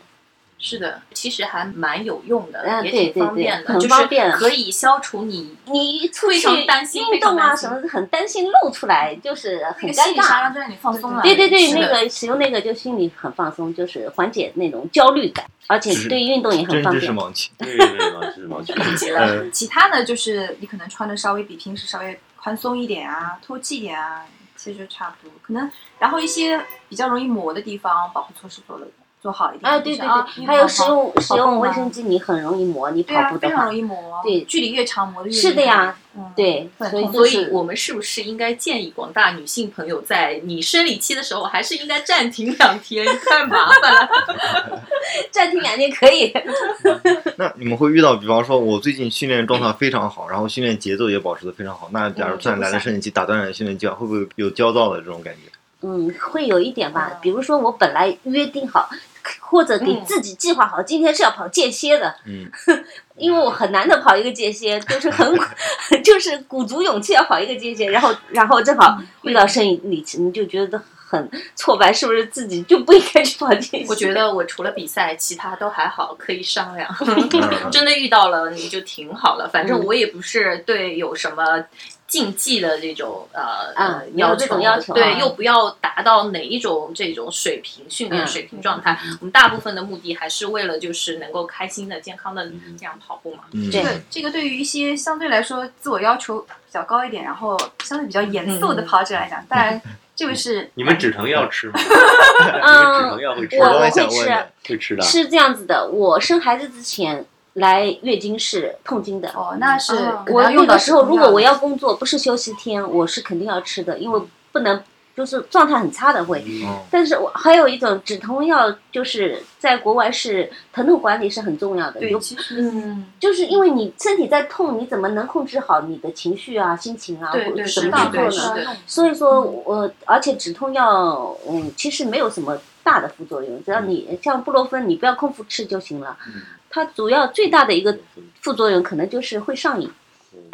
E: 是的，其实还蛮有用的，
C: 啊
E: 也
C: 对
E: 挺
C: 对
E: 方
C: 对
E: 便的，
C: 很
E: 就是
C: 方便啊
E: 可以消除你
C: 你一出
E: 非
C: 去
E: 常担心非
C: 运
E: 常
C: 动啊
E: 担
C: 什
E: 心
C: 么的，很担心露出来，就是
D: 那
C: 很
D: 个
C: 尴
D: 心理上
C: 尬。
D: 让让你放松了，
C: 对对对，
E: 是的
C: 那个使用那个就心里很放松，就是缓解那种焦虑感，而且
A: 是
C: 对运动也很
A: 真
C: 方
A: 知识
C: 便。
A: 盲区。
B: 对对对，知识盲区。
E: *laughs*
B: 嗯
E: 极了。
A: 呃，
D: 其他的就是你可能穿的稍微比平时稍微宽松一点啊，透气一点啊，其实就差不多。可能然后一些比较容易磨的地方，保护措施做了做好一点。
C: 啊，对对
D: 就是
C: 对，
D: 啊
C: 还有使用使
D: 跑
C: 用
D: 步
C: 卫
D: 嘛
C: 生巾，你很容易磨，你
D: 对啊
C: 跑，步
D: 非
C: 的
D: 常
C: 话
D: 容，易磨。
C: 对
D: 距离越长磨的越
C: 是的呀，
D: 嗯，
C: 对，
D: 对
C: 所以
E: 所
C: 就
E: 以，我
C: 是
E: 们是不是应该建议广大女性朋友，在你生理期的时候，还是应该暂停两天？ *laughs* 太麻烦了。
C: 暂停两天可以。
A: 那你们会遇到，比方说，我最近训练状态非常好，然后训练节奏也保持的非常好。那假如突然来了生理期，打断了训练计划，会不会有焦躁的这种感觉？
C: 嗯，会有一点吧
D: 嗯。
C: 比如说，我本来约定好，或者给
E: 嗯
C: 自己计划好，今天是要跑间歇的，
A: 嗯，
C: *laughs* 因为我很难的跑一个间歇，就是很 *laughs* 就是鼓足勇气要跑一个间歇，然后然后正
D: 嗯
C: 好遇到生理期，你就觉得很挫败，是不是自己就不应该去跑间歇？
E: 我觉得我除了比赛，其他都还好，可以商量。
A: 嗯
E: *laughs* 真的遇到了你就挺好了，反正
C: 嗯
E: 我也不是对有什么竞技的这种呃、
C: 啊
E: 呃
C: 没有这种要求啊
E: 对，又不要达到哪一种这种水平训练
C: 嗯
E: 水平状态。我们大部分的目的还是为了就是能够开心的、健康的这样跑步嘛。
A: 嗯
D: 这个这个对于一些相对来说自我要求比较高一点，然后相对比较
C: 嗯
D: 严肃的跑者来讲，
C: *laughs*
D: 当然这个是
B: 你们止疼药吃吗？
E: *laughs*
B: 你们止
C: 嗯
B: 疼，药会吃
C: 我
A: 刚
C: 我
A: 才
B: 吗？
A: 想
C: 会
A: 问的
C: 吃。
B: 会吃的。
C: 是这样子的，我生孩子之前，来月经是痛经的。
D: 哦，那是
E: 哦
D: 可
C: 啊
D: 能
C: 我
D: 要用
C: 那
D: 到
C: 个时候
D: 止
C: 如
D: 痛
C: 果
D: 药
C: 我要工作，不是休息天，我是肯定要吃的，因为不能就是状态很差的会。
B: 嗯
C: 但是我还有一种止痛药，就是在国外是疼痛管理是很重要的，
D: 对，
C: 有
D: 其实
E: 嗯，
C: 就是因为你身体在痛，你怎么能控制好你的情绪啊、心情啊，
E: 对对
C: 什
E: 是
C: 么
E: 的
C: 时
E: 对
C: 候
E: 是
C: 呢
E: 的？嗯
D: 用
C: 所以说我，而且止痛药，嗯，其实没有什么大的副作用，只要
E: 嗯
C: 你像布洛芬，你不要空腹吃就行了。它主要最大的一个副作用可能就是会上瘾，
E: 嗯
C: *laughs*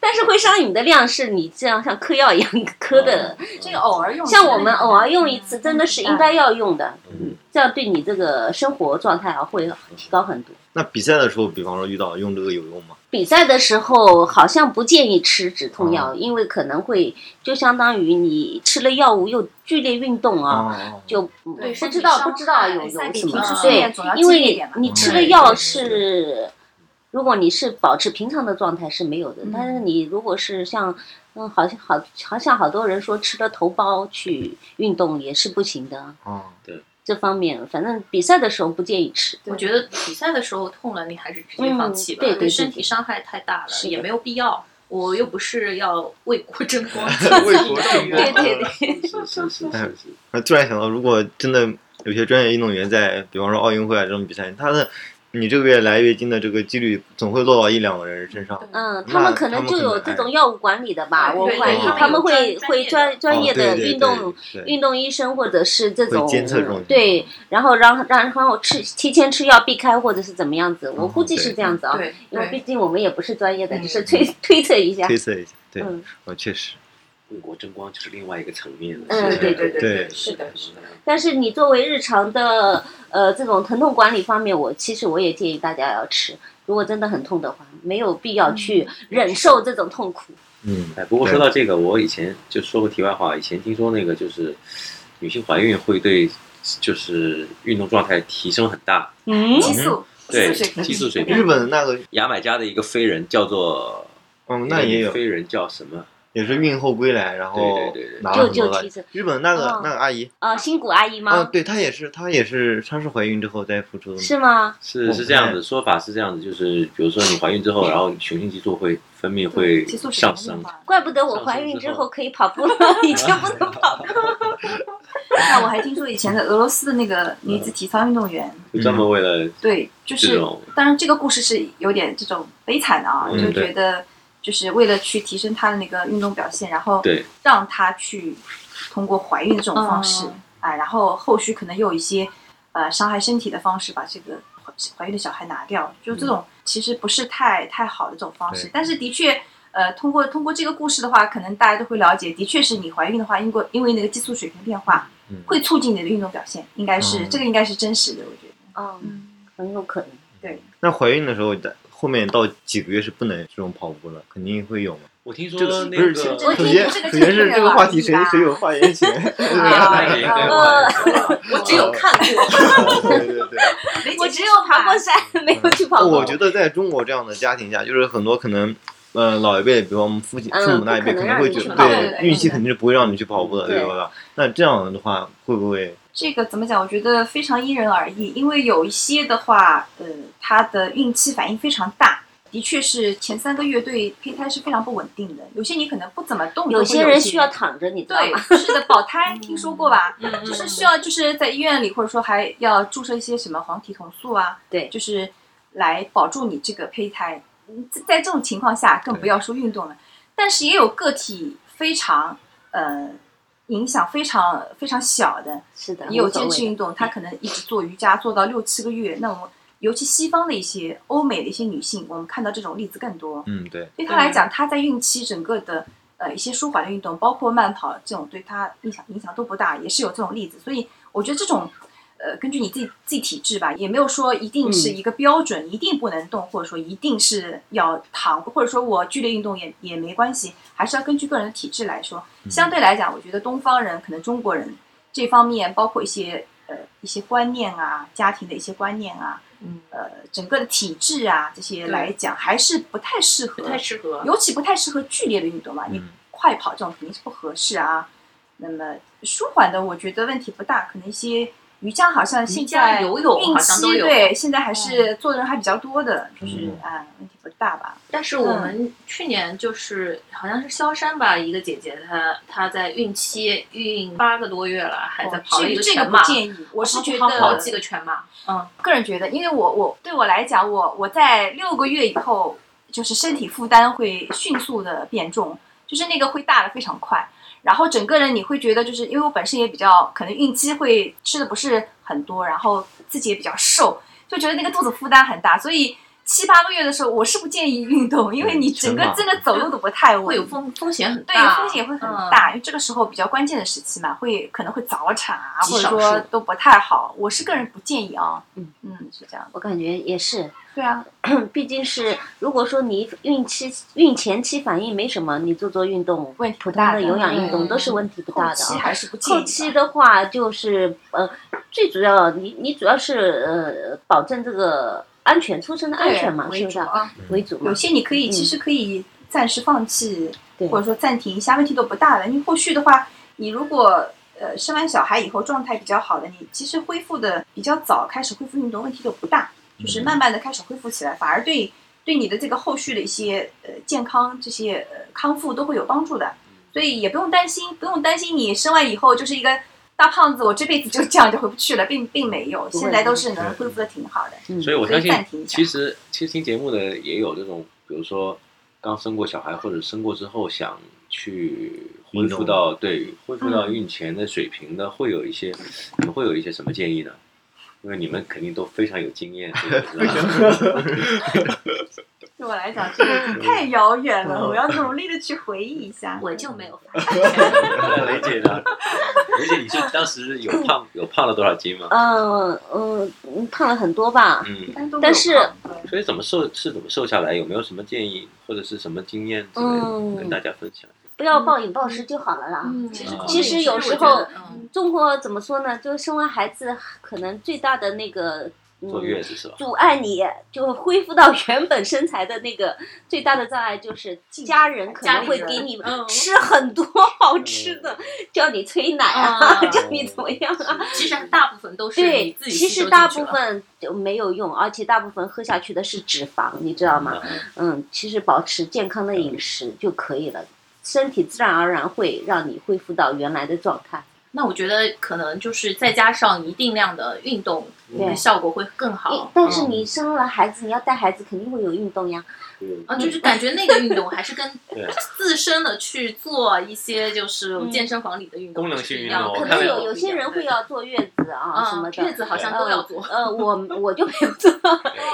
C: 但是会上瘾的量是你这样像嗑药一样嗑
E: 哦
C: 的，
B: 嗯
D: 这个偶尔用，
C: 像我们偶尔用一次，真的是应该要用的，
B: 嗯
C: 这样对你这个生活状态啊会提高很多。
A: 那比赛的时候，比方说遇到用这个有用吗？
C: 比赛的时候好像不建议吃止痛药，因为可能会就相当于你吃了药物又剧烈运动啊，
A: 啊，
C: 就嗯
D: 对
C: 不
D: 身
C: 知
D: 体
C: 道
D: 伤
C: 不知道
D: 害
C: 有有
D: 赛比
C: 什么
D: 平时训
C: 对
D: 练总要，
C: 因为
D: 激烈一
C: 你
D: 点嘛
C: 你吃了药是，如果你是保持平常的状态是没有的，
D: 嗯
C: 但是你如果是像嗯，好像好好像好多人说吃了头孢去运动也是不行的，
A: 啊，
C: 这方面反正比赛的时候不建议吃。
E: 我觉得比赛的时候痛了，你还是直接放弃吧，
C: 嗯对对
E: 因为
C: 对
E: 身体伤害太大了，
C: 是的
E: 也没有必要。我又不是要为国争
C: *laughs*
E: 光，
A: 为国争光
E: 对对对，
B: 是是是是是，
A: 啊突然想到，如果真的有些专业运动员在，比方说奥运会啊这种比赛，他的你这个月来月经的这个几率总会落到一两个人身上。
C: 嗯，
A: 那
C: 他们可
A: 他
C: 能
A: 们
C: 就
A: 可
C: 有
A: 能
C: 这
A: 还
C: 种药物管理的吧，
E: 对
C: 我
E: 啊对
C: 怀疑
A: 对
C: 他
A: 他
C: 们
A: 们
C: 会
E: 有专
C: 会专专业
A: 哦
C: 的
A: 对对
C: 运动
A: 对对
C: 运动医生或者是这种
A: 会监测这种
C: 对，然后让让然后吃提前吃药避开或者是怎么样子，
A: 哦
C: 我估计是这样子啊，
E: 对
C: 因为毕
E: 对，
C: 竟我们也不是专业的，
E: 嗯
C: 只是推 *laughs* 推测一下
A: 推。测一下，对，
C: 嗯
A: 哦，确实，
B: 为国争光就是另外一个层面了。
C: 嗯
B: 是嗯
C: 对
E: 对对
A: 对
E: 是的，
B: 是的。
C: 但是你作为日常的呃这种疼痛管理方面，我其实我也建议大家要吃，如果真的很痛的话，没有必
E: 嗯
C: 要去忍受这种痛苦。
A: 嗯，
B: 哎，不过
A: 对
B: 说到这个，我以前就说个题外话，以前听说那个就是女性怀孕会对就是运动状态提升很大，
C: 嗯
D: 激素，
B: 对
D: 激素水平
B: 激素水
A: 日
B: 平。
A: 本的那个，
B: 牙买加的一个飞人叫做，
A: 嗯，那也有，
B: 飞人叫什么？
A: 也是孕后归来，然后
B: 对对对对
A: 拿啊了很
C: 就
A: 多
C: 就
A: 的
C: 提升。
A: 日本那个、
C: 哦
A: 那个阿姨，
C: 呃，新谷阿姨
A: 啊，
C: 吗？
A: 对她也是，她也是，她是怀孕之后再复出的吗，
C: 是吗？
B: 是是这样子，说法是这样子，就是比如说你怀孕之后，然后雄性激素会分泌会
D: 激素水
B: 上
D: 平的
B: 升
D: 变，化。
C: 怪不得我
B: 上
C: 怀
B: 身
C: 孕
B: 之
C: 之
B: 后
C: 后可以跑步了，以前
A: 嗯
C: 不能跑步。
D: 那我还听说以前的俄罗斯的那个女
B: 嗯
D: 子体操运动员，
B: 就专
A: 嗯
B: 门为了
D: 对，就
B: 这
D: 是
B: 种
D: 当然这个故事是有点这种悲惨的啊，
B: 嗯
D: 就
B: 对
D: 觉得就是为了去提升她的那个运动表现，然后
B: 对
D: 让她去通过怀孕这种方式
E: 嗯
D: 啊，然后后续可能有一些呃伤害身体的方式把这个怀怀孕的小孩拿掉，就
B: 嗯
D: 这种其实不是太太好的这种方式
A: 对，
D: 但是的确。呃，通过通过这个故事的话，可能大家都会了解，的确是你怀孕的话，因为因为那个激素水平的变化，
A: 嗯
D: 会促进你的运动表现，应该是、
A: 嗯
D: 这个应该是真实的，我觉得。
C: 嗯，很有可能。
A: 那怀孕的时候，在后面到几个月是不能这种跑步了，肯定会有嘛。
B: 我听
A: 这
B: 说
A: 个
B: 那
A: 不是，
B: 个
D: 我
A: 首
D: 听
A: 先
D: 这个
A: 首先是这个话题
D: 这
A: 谁
D: 个
A: 谁有发言权？
D: 啊
B: 哎对
C: 呃
E: 我只有看过，
A: 对对对。
C: 我只有爬过山，没有去跑步。
A: 嗯哦我觉得在中国这样的家庭下，就是很多可能，呃，老一辈，比如我们父亲、
C: 嗯
A: 父母那一辈，
C: 不
A: 可
C: 可能
A: 能会觉得
C: 让你去
D: 跑步
A: 对
D: 对
A: 孕期肯定是不会让你去跑步的，
C: 对
A: 对吧？那这样的话，会不会
D: 这个怎么讲？我觉得非常因人而异，因为有一些的话，呃，它的孕期反应非常大，的确是前三个月对胚胎是非常不稳定的。有些你可能不怎么动，
C: 有
D: 些
C: 些人需要躺着，你知道吗？
D: 对，是的，保胎听说过吧？
E: 嗯嗯
D: 就是需
E: 要
D: 要就是在医院里，或者说还要注射一些什么黄体酮素啊，
C: 对
D: 就是来保住你这个胚胎。嗯在在这种情况下，更不要说运动了。但是也有个体非常呃影响非常非常小的，
C: 是的，
D: 也有
C: 无所
D: 坚
C: 谓
D: 持
C: 的
D: 运动，她可能一直做瑜伽做到六七个月。那我们尤其西方的一些欧美的一些女性，我们看到这种例子更多。
A: 嗯，对，
D: 对她来讲，她在孕期整个的呃一些舒缓的运动，包括慢跑这种，对她影响影响都不大，也是有这种例子。所以我觉得这种呃，根据你自己自己体质吧，也没有说一定
E: 嗯
D: 是一个标准，一定不能动，或者说一定是要躺，或者说我剧烈运动也也没关系，还是要根据个人的体质来说。
E: 嗯
D: 相对来讲，我觉得东方人可能中国人这方面，包括一些呃一些观念啊，家庭的一些观念啊，
E: 嗯
D: 呃整个的体质啊这些
E: 对
D: 来讲，还是不太适合
E: 不太适合，
D: 尤其不太适合剧烈的运动嘛，你
A: 嗯
D: 快跑这种肯定是不合适啊。那么舒缓的，我觉得问题不大，可能一些瑜伽好像现
E: 瑜伽
D: 在
E: 游泳
D: 孕
E: 好像都
D: 期
E: 有嗯
D: 对，现在还是做的人还比较多的，就是
B: 嗯
D: 啊问题不大吧？
E: 但是我们去年就是好像是萧山吧，一个姐姐她她在孕期孕八个多月了，还在
D: 哦
E: 跑了
D: 这
E: 一
D: 个这个
E: 全
D: 不
E: 马，
D: 建议，我是觉得
E: 跑好几个全马，嗯，
D: 个人觉得，因为我我对我来讲，我我在六个月以后，就是身体负担会迅速的变重，就是那个会大的非常快，然后整个人你会觉得，就是因为我本身也比较可能孕期会吃的不是很多，然后自己也比较瘦，就觉得那个肚子负担很大，所以七八个月的时候，我是不建议运动，因为你整个真的走路都不太稳，
E: 会有风风险很
D: 对
E: 大，
D: 风险会很
E: 嗯
D: 大，因为这个时候比较关键的时期嘛，会可能会早产啊，
E: 极
D: 或者
E: 少
D: 说
E: 数
D: 都不太好。我是个人不建议啊，
C: 嗯
D: 嗯，是这样的。
C: 我感觉也是，
D: 对啊，
C: 嗯毕竟是如果说你孕期孕前期反应没什么，你做做运动，
D: 问题不
C: 普
D: 大
C: 通
D: 的
C: 的有氧运动
E: 嗯
C: 都是问题不大
D: 后
C: 的
D: 期
C: 啊。
D: 还是不建议
C: 后
D: 吧
C: 期的话，就是呃，最主要你你主要是呃保证这个安全出生的安全嘛，
D: 对
C: 是不是啊
E: 嗯
D: 啊？
C: 为主嘛
D: 有？些你可以
C: 嗯
D: 其实可以暂时放弃，
C: 对
D: 或者说暂停一下，问题都不大的。你后续的话，你如果呃生完小孩以后状态比较好的，你其实恢复的比较早，开始恢复运动问题都不大，
C: 嗯
D: 就是慢慢的开始恢复起来，反而对对你的这个后续的一些呃健康这些呃康复都会有帮助的。
C: 嗯
D: 所以也不用担心，不用担心你生完以后就是一个大胖子，我这辈子就这样就回不去了，并并没有，
C: 不会
D: 现在都是能
B: 对
D: 恢复的挺好的。
C: 嗯
B: 所以我相
D: 可以暂停
B: 信，
D: 一下
B: 其实其实听节目的也有这种，比如说刚生过小孩或者生过之后想去恢
A: 运动
B: 复到对恢复到
D: 嗯
B: 孕前的水平的，会有一些你们会有一些什么建议呢？因为你们肯定都非常有经验，所以我知道
D: 对我来讲，这个太遥远了，
A: 嗯
D: 我要努力的去回忆一下。
E: 我就没有 *laughs* 发
B: *laughs*
E: 现。
B: 那雷姐呢？雷姐，你是当时有胖有胖了多少斤吗？
C: 嗯嗯嗯，胖了很多吧？
B: 嗯，
C: 但是
B: 所以怎么瘦是怎么瘦下来？有没有什么建议或者是什么经验之类
C: 嗯
B: 的跟大家分享？
C: 不要暴饮暴食就好了啦。
E: 嗯
D: 其
B: 实
E: 嗯
B: 其
C: 实有时
E: 我觉得
C: 候
E: 嗯
C: 中国怎么说呢？就是生完孩子，可能最大的那个、嗯、
B: 坐月子是吧？
C: 阻碍你就恢复到原本身材的那个最大的障碍，就是家人可能会给你
E: 嗯
C: 吃很多好吃的，叫你催奶啊，
B: *laughs*
E: 嗯
C: 叫你怎么样啊。
E: 其实大部分都是你
C: 对，
E: 自己
C: 其
E: 吸收
C: 实大
E: 进去
C: 部
E: 了
C: 分就没有用，而且大部分喝下去的是脂肪，你知道吗？嗯，其实保持健康的
E: 嗯
C: 饮食就可以了，身体自然而然会让你恢复到原来的状态。
E: 那我觉得可能就是再加上一定量的运动，
C: 对
E: 效果会更
C: 诶
E: 好。
C: 但是
E: 嗯
C: 你生了孩子，你要带孩子，肯定会有运动呀。
B: 嗯
E: 啊，就是感觉那个运动还是跟
B: *laughs* 对
E: 自身的去做一些就是
C: 嗯
E: 健身房里的运动
B: 功能性运动我
E: 还是一样
C: 可
B: 看
C: 能
B: 了
C: 有有些人会要坐月子啊什么
E: 啊，
C: 的。
E: 月子好像都要做。 *laughs*
C: 呃，我我就没有做，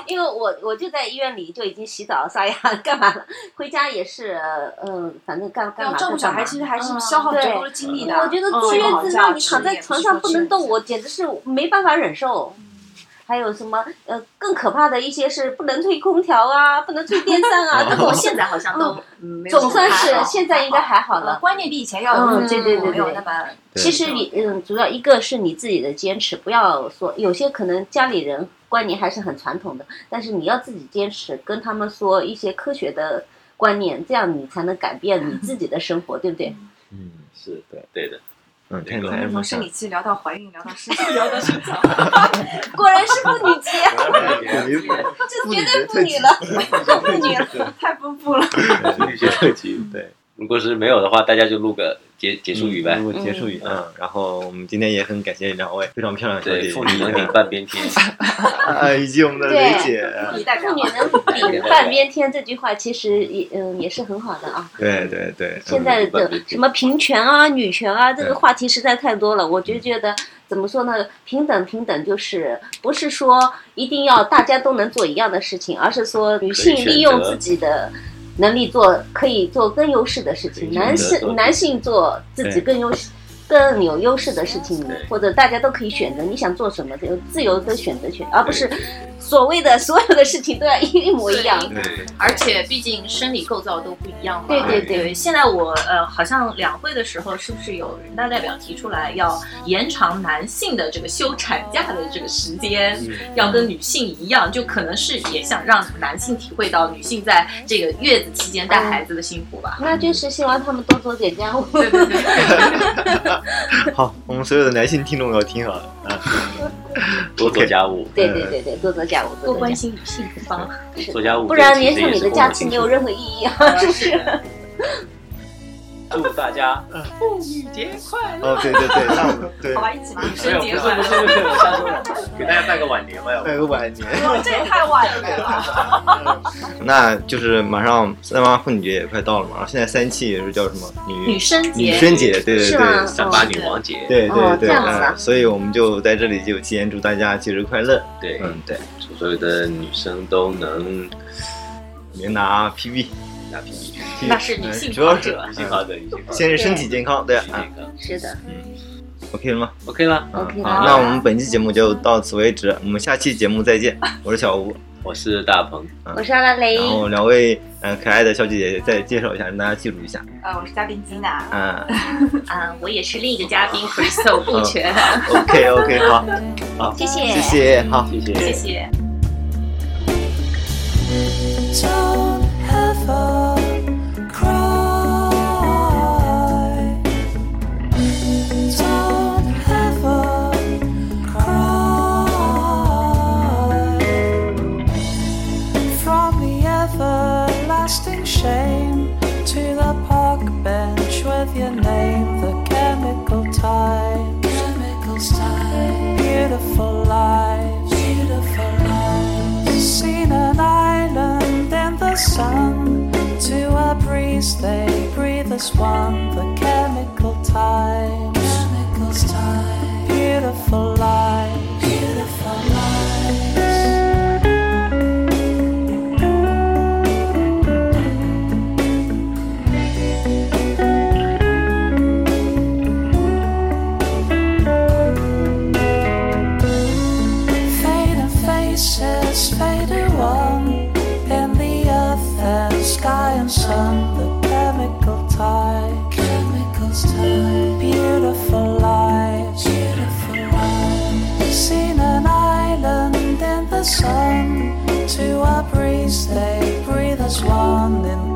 C: 因为我我就在医院里就已经洗澡、刷牙、干嘛了，回家也是呃呃，反正干干
D: 要
C: 嘛
D: 照顾
C: 就
D: 小
C: 干嘛
D: 孩，。其实还是
E: 嗯
D: 消耗比较
C: 对
D: 多的精力的。
C: 我觉得
E: 嗯
C: 坐月子让你躺在床上不能动，
D: 嗯
C: 我简直是没办法忍受。还有什么呃，更可怕的一些是不能吹空调啊，不能吹电扇啊，这种
E: 我
C: 现
E: 现在好像都嗯没有
C: 哦总算
E: 什么
C: 是
E: 哦还好
C: 现在应该还好
D: 呃
C: 了。
D: 观念比以前要
C: 嗯对对对
D: 没有
C: 对
D: 那么
B: 对
C: 其实你嗯，主要一个是你自己的坚持，不要说有些可能家里人观念还是很传统的，但是你要自己坚持，跟他们说一些科学的观念，这样你才能改变你自己的生活，对不对？
A: 嗯
B: 是的，对的。
A: 嗯，
B: 这个
A: 太难
D: 从
A: 了
D: 生理期聊到怀孕，聊到生理，聊到生小孩，
C: 果然是妇女节，
A: 妇女
C: 这绝对妇女了，妇女了。
D: 太丰富了。
B: 女学特辑。
A: 对，
B: 如果是没有的话，大家就录个结结
A: 结
B: 束语呗。
A: 结束语。嗯，然后我们今天也很感谢两位非常漂亮的小
B: 对，
A: 姐
B: 妇女能顶
A: 姐，
B: 半
A: *laughs*
B: 边天。
A: 啊，以及我们的
C: 对
A: 雷姐，
D: 你代表
C: 妇女能顶半边天这句话，其实也嗯也是很好的啊。
A: 对对对，嗯
C: 现在的什么平权啊、女权啊，这个话题实在太多了。我就
B: 嗯
C: 觉得怎么说呢？平等平等就是不是说一定要大家都能做一样的事情，而是说女性利用自己的能力做可以做更优势的事情，
B: 可以选择
C: 男
B: 做
C: 性男性做自
A: 对
C: 己更优势。更有优势的事情
B: 对，
C: 或者大家都可以选择你想做什么，有自由的选择权，而不是所谓的 *laughs* 所有的事情都要一模一样。
E: 对
B: 对，
E: 而且毕竟生理构造都不一样嘛。
C: 对对对
E: 现在我呃，好像两会的时候，是不是有人大代表提出来要延长男性的这个休产假的这个时间，要跟女性一样，就可能是也想让男性体会到女性在这个月子嗯期间带孩子的辛苦吧。 *laughs*
C: 那就是希望他们多做点家务。
E: 对对对，
A: 好，我们所有的男性听众要听好了啊，
B: 多做家务，嗯
C: 对对对对，多做家务，做
E: 多
C: 家
E: 关
C: 务，
E: 心女性同 *laughs* 胞。
B: 做家务，
C: 不然
B: 这个
C: 联
B: 其实
C: 想
B: 也
C: 你
B: 是
C: 的
B: 功
C: 假
B: 能
C: 期
B: 性
C: 没有
B: 质
C: 任何意义啊，是不是？
B: 祝大家
A: 哦，对对对，那我们对
D: 好吧，一起吧。
B: 没有不是不是不是，我瞎说了，给大家拜个晚年吧，要不
A: 拜个晚年。
D: 哇这也太晚了，
A: 嗯那就是马上三八妇女节也快到了嘛，然后现在三七也是叫什么
E: 女
A: 女
E: 生
A: 女
E: 节，
A: 生节，对对
C: 是
A: 对，
C: 吗？
B: 三八女王节，
A: 对对
C: 哦
A: 对，
C: 这样子啊
A: 嗯所以我们就在这里就提前祝大家节日快乐，
B: 对，
A: 嗯，对，
B: 祝所有的女生都能
A: 别拿 PB，
B: 拿平底，
E: 那是女性
A: 哎主要
E: 跑
A: 是
E: 者。
B: 幸好的，已经好的
A: 先是身体健康，对
B: 身体
A: 啊
B: 健康
C: 是的，
A: ，OK 了吗
B: ，OK 了，
A: 嗯
C: OK
A: 好，
C: 的
A: 那我们本期节目就到此为止，我们下期节目再见，我是小吴，
B: 我是大鹏，
C: 我是阿拉蕾
A: 然，后两位嗯、呃可爱的小姐姐再介绍一下，让大家记住一下，
D: 呃，我是嘉宾吉娜。
A: 嗯
E: 啊，我也是另一个嘉宾 Crystal 顾全，啊
A: ，OK OK，好，
C: 谢谢，
A: 谢谢，好。
B: 谢谢。
E: 谢谢。
G: Don't ever cry. Don't ever cry from the everlasting shame to the park bench with your name, the chemical tie. Chemicals tie. Beautiful lives. Beautiful lives. Seen an island in the sun. To a breeze they breathe as one. The chemical times. Chemicals tie. Beautiful lives. Beautiful lives. Fading faces, faded one in the earth and sky and sun. The chemical tie, chemicals tie. Beautiful lives, beautiful lives. Seen an island in the sun. To a breeze, they breathe as one in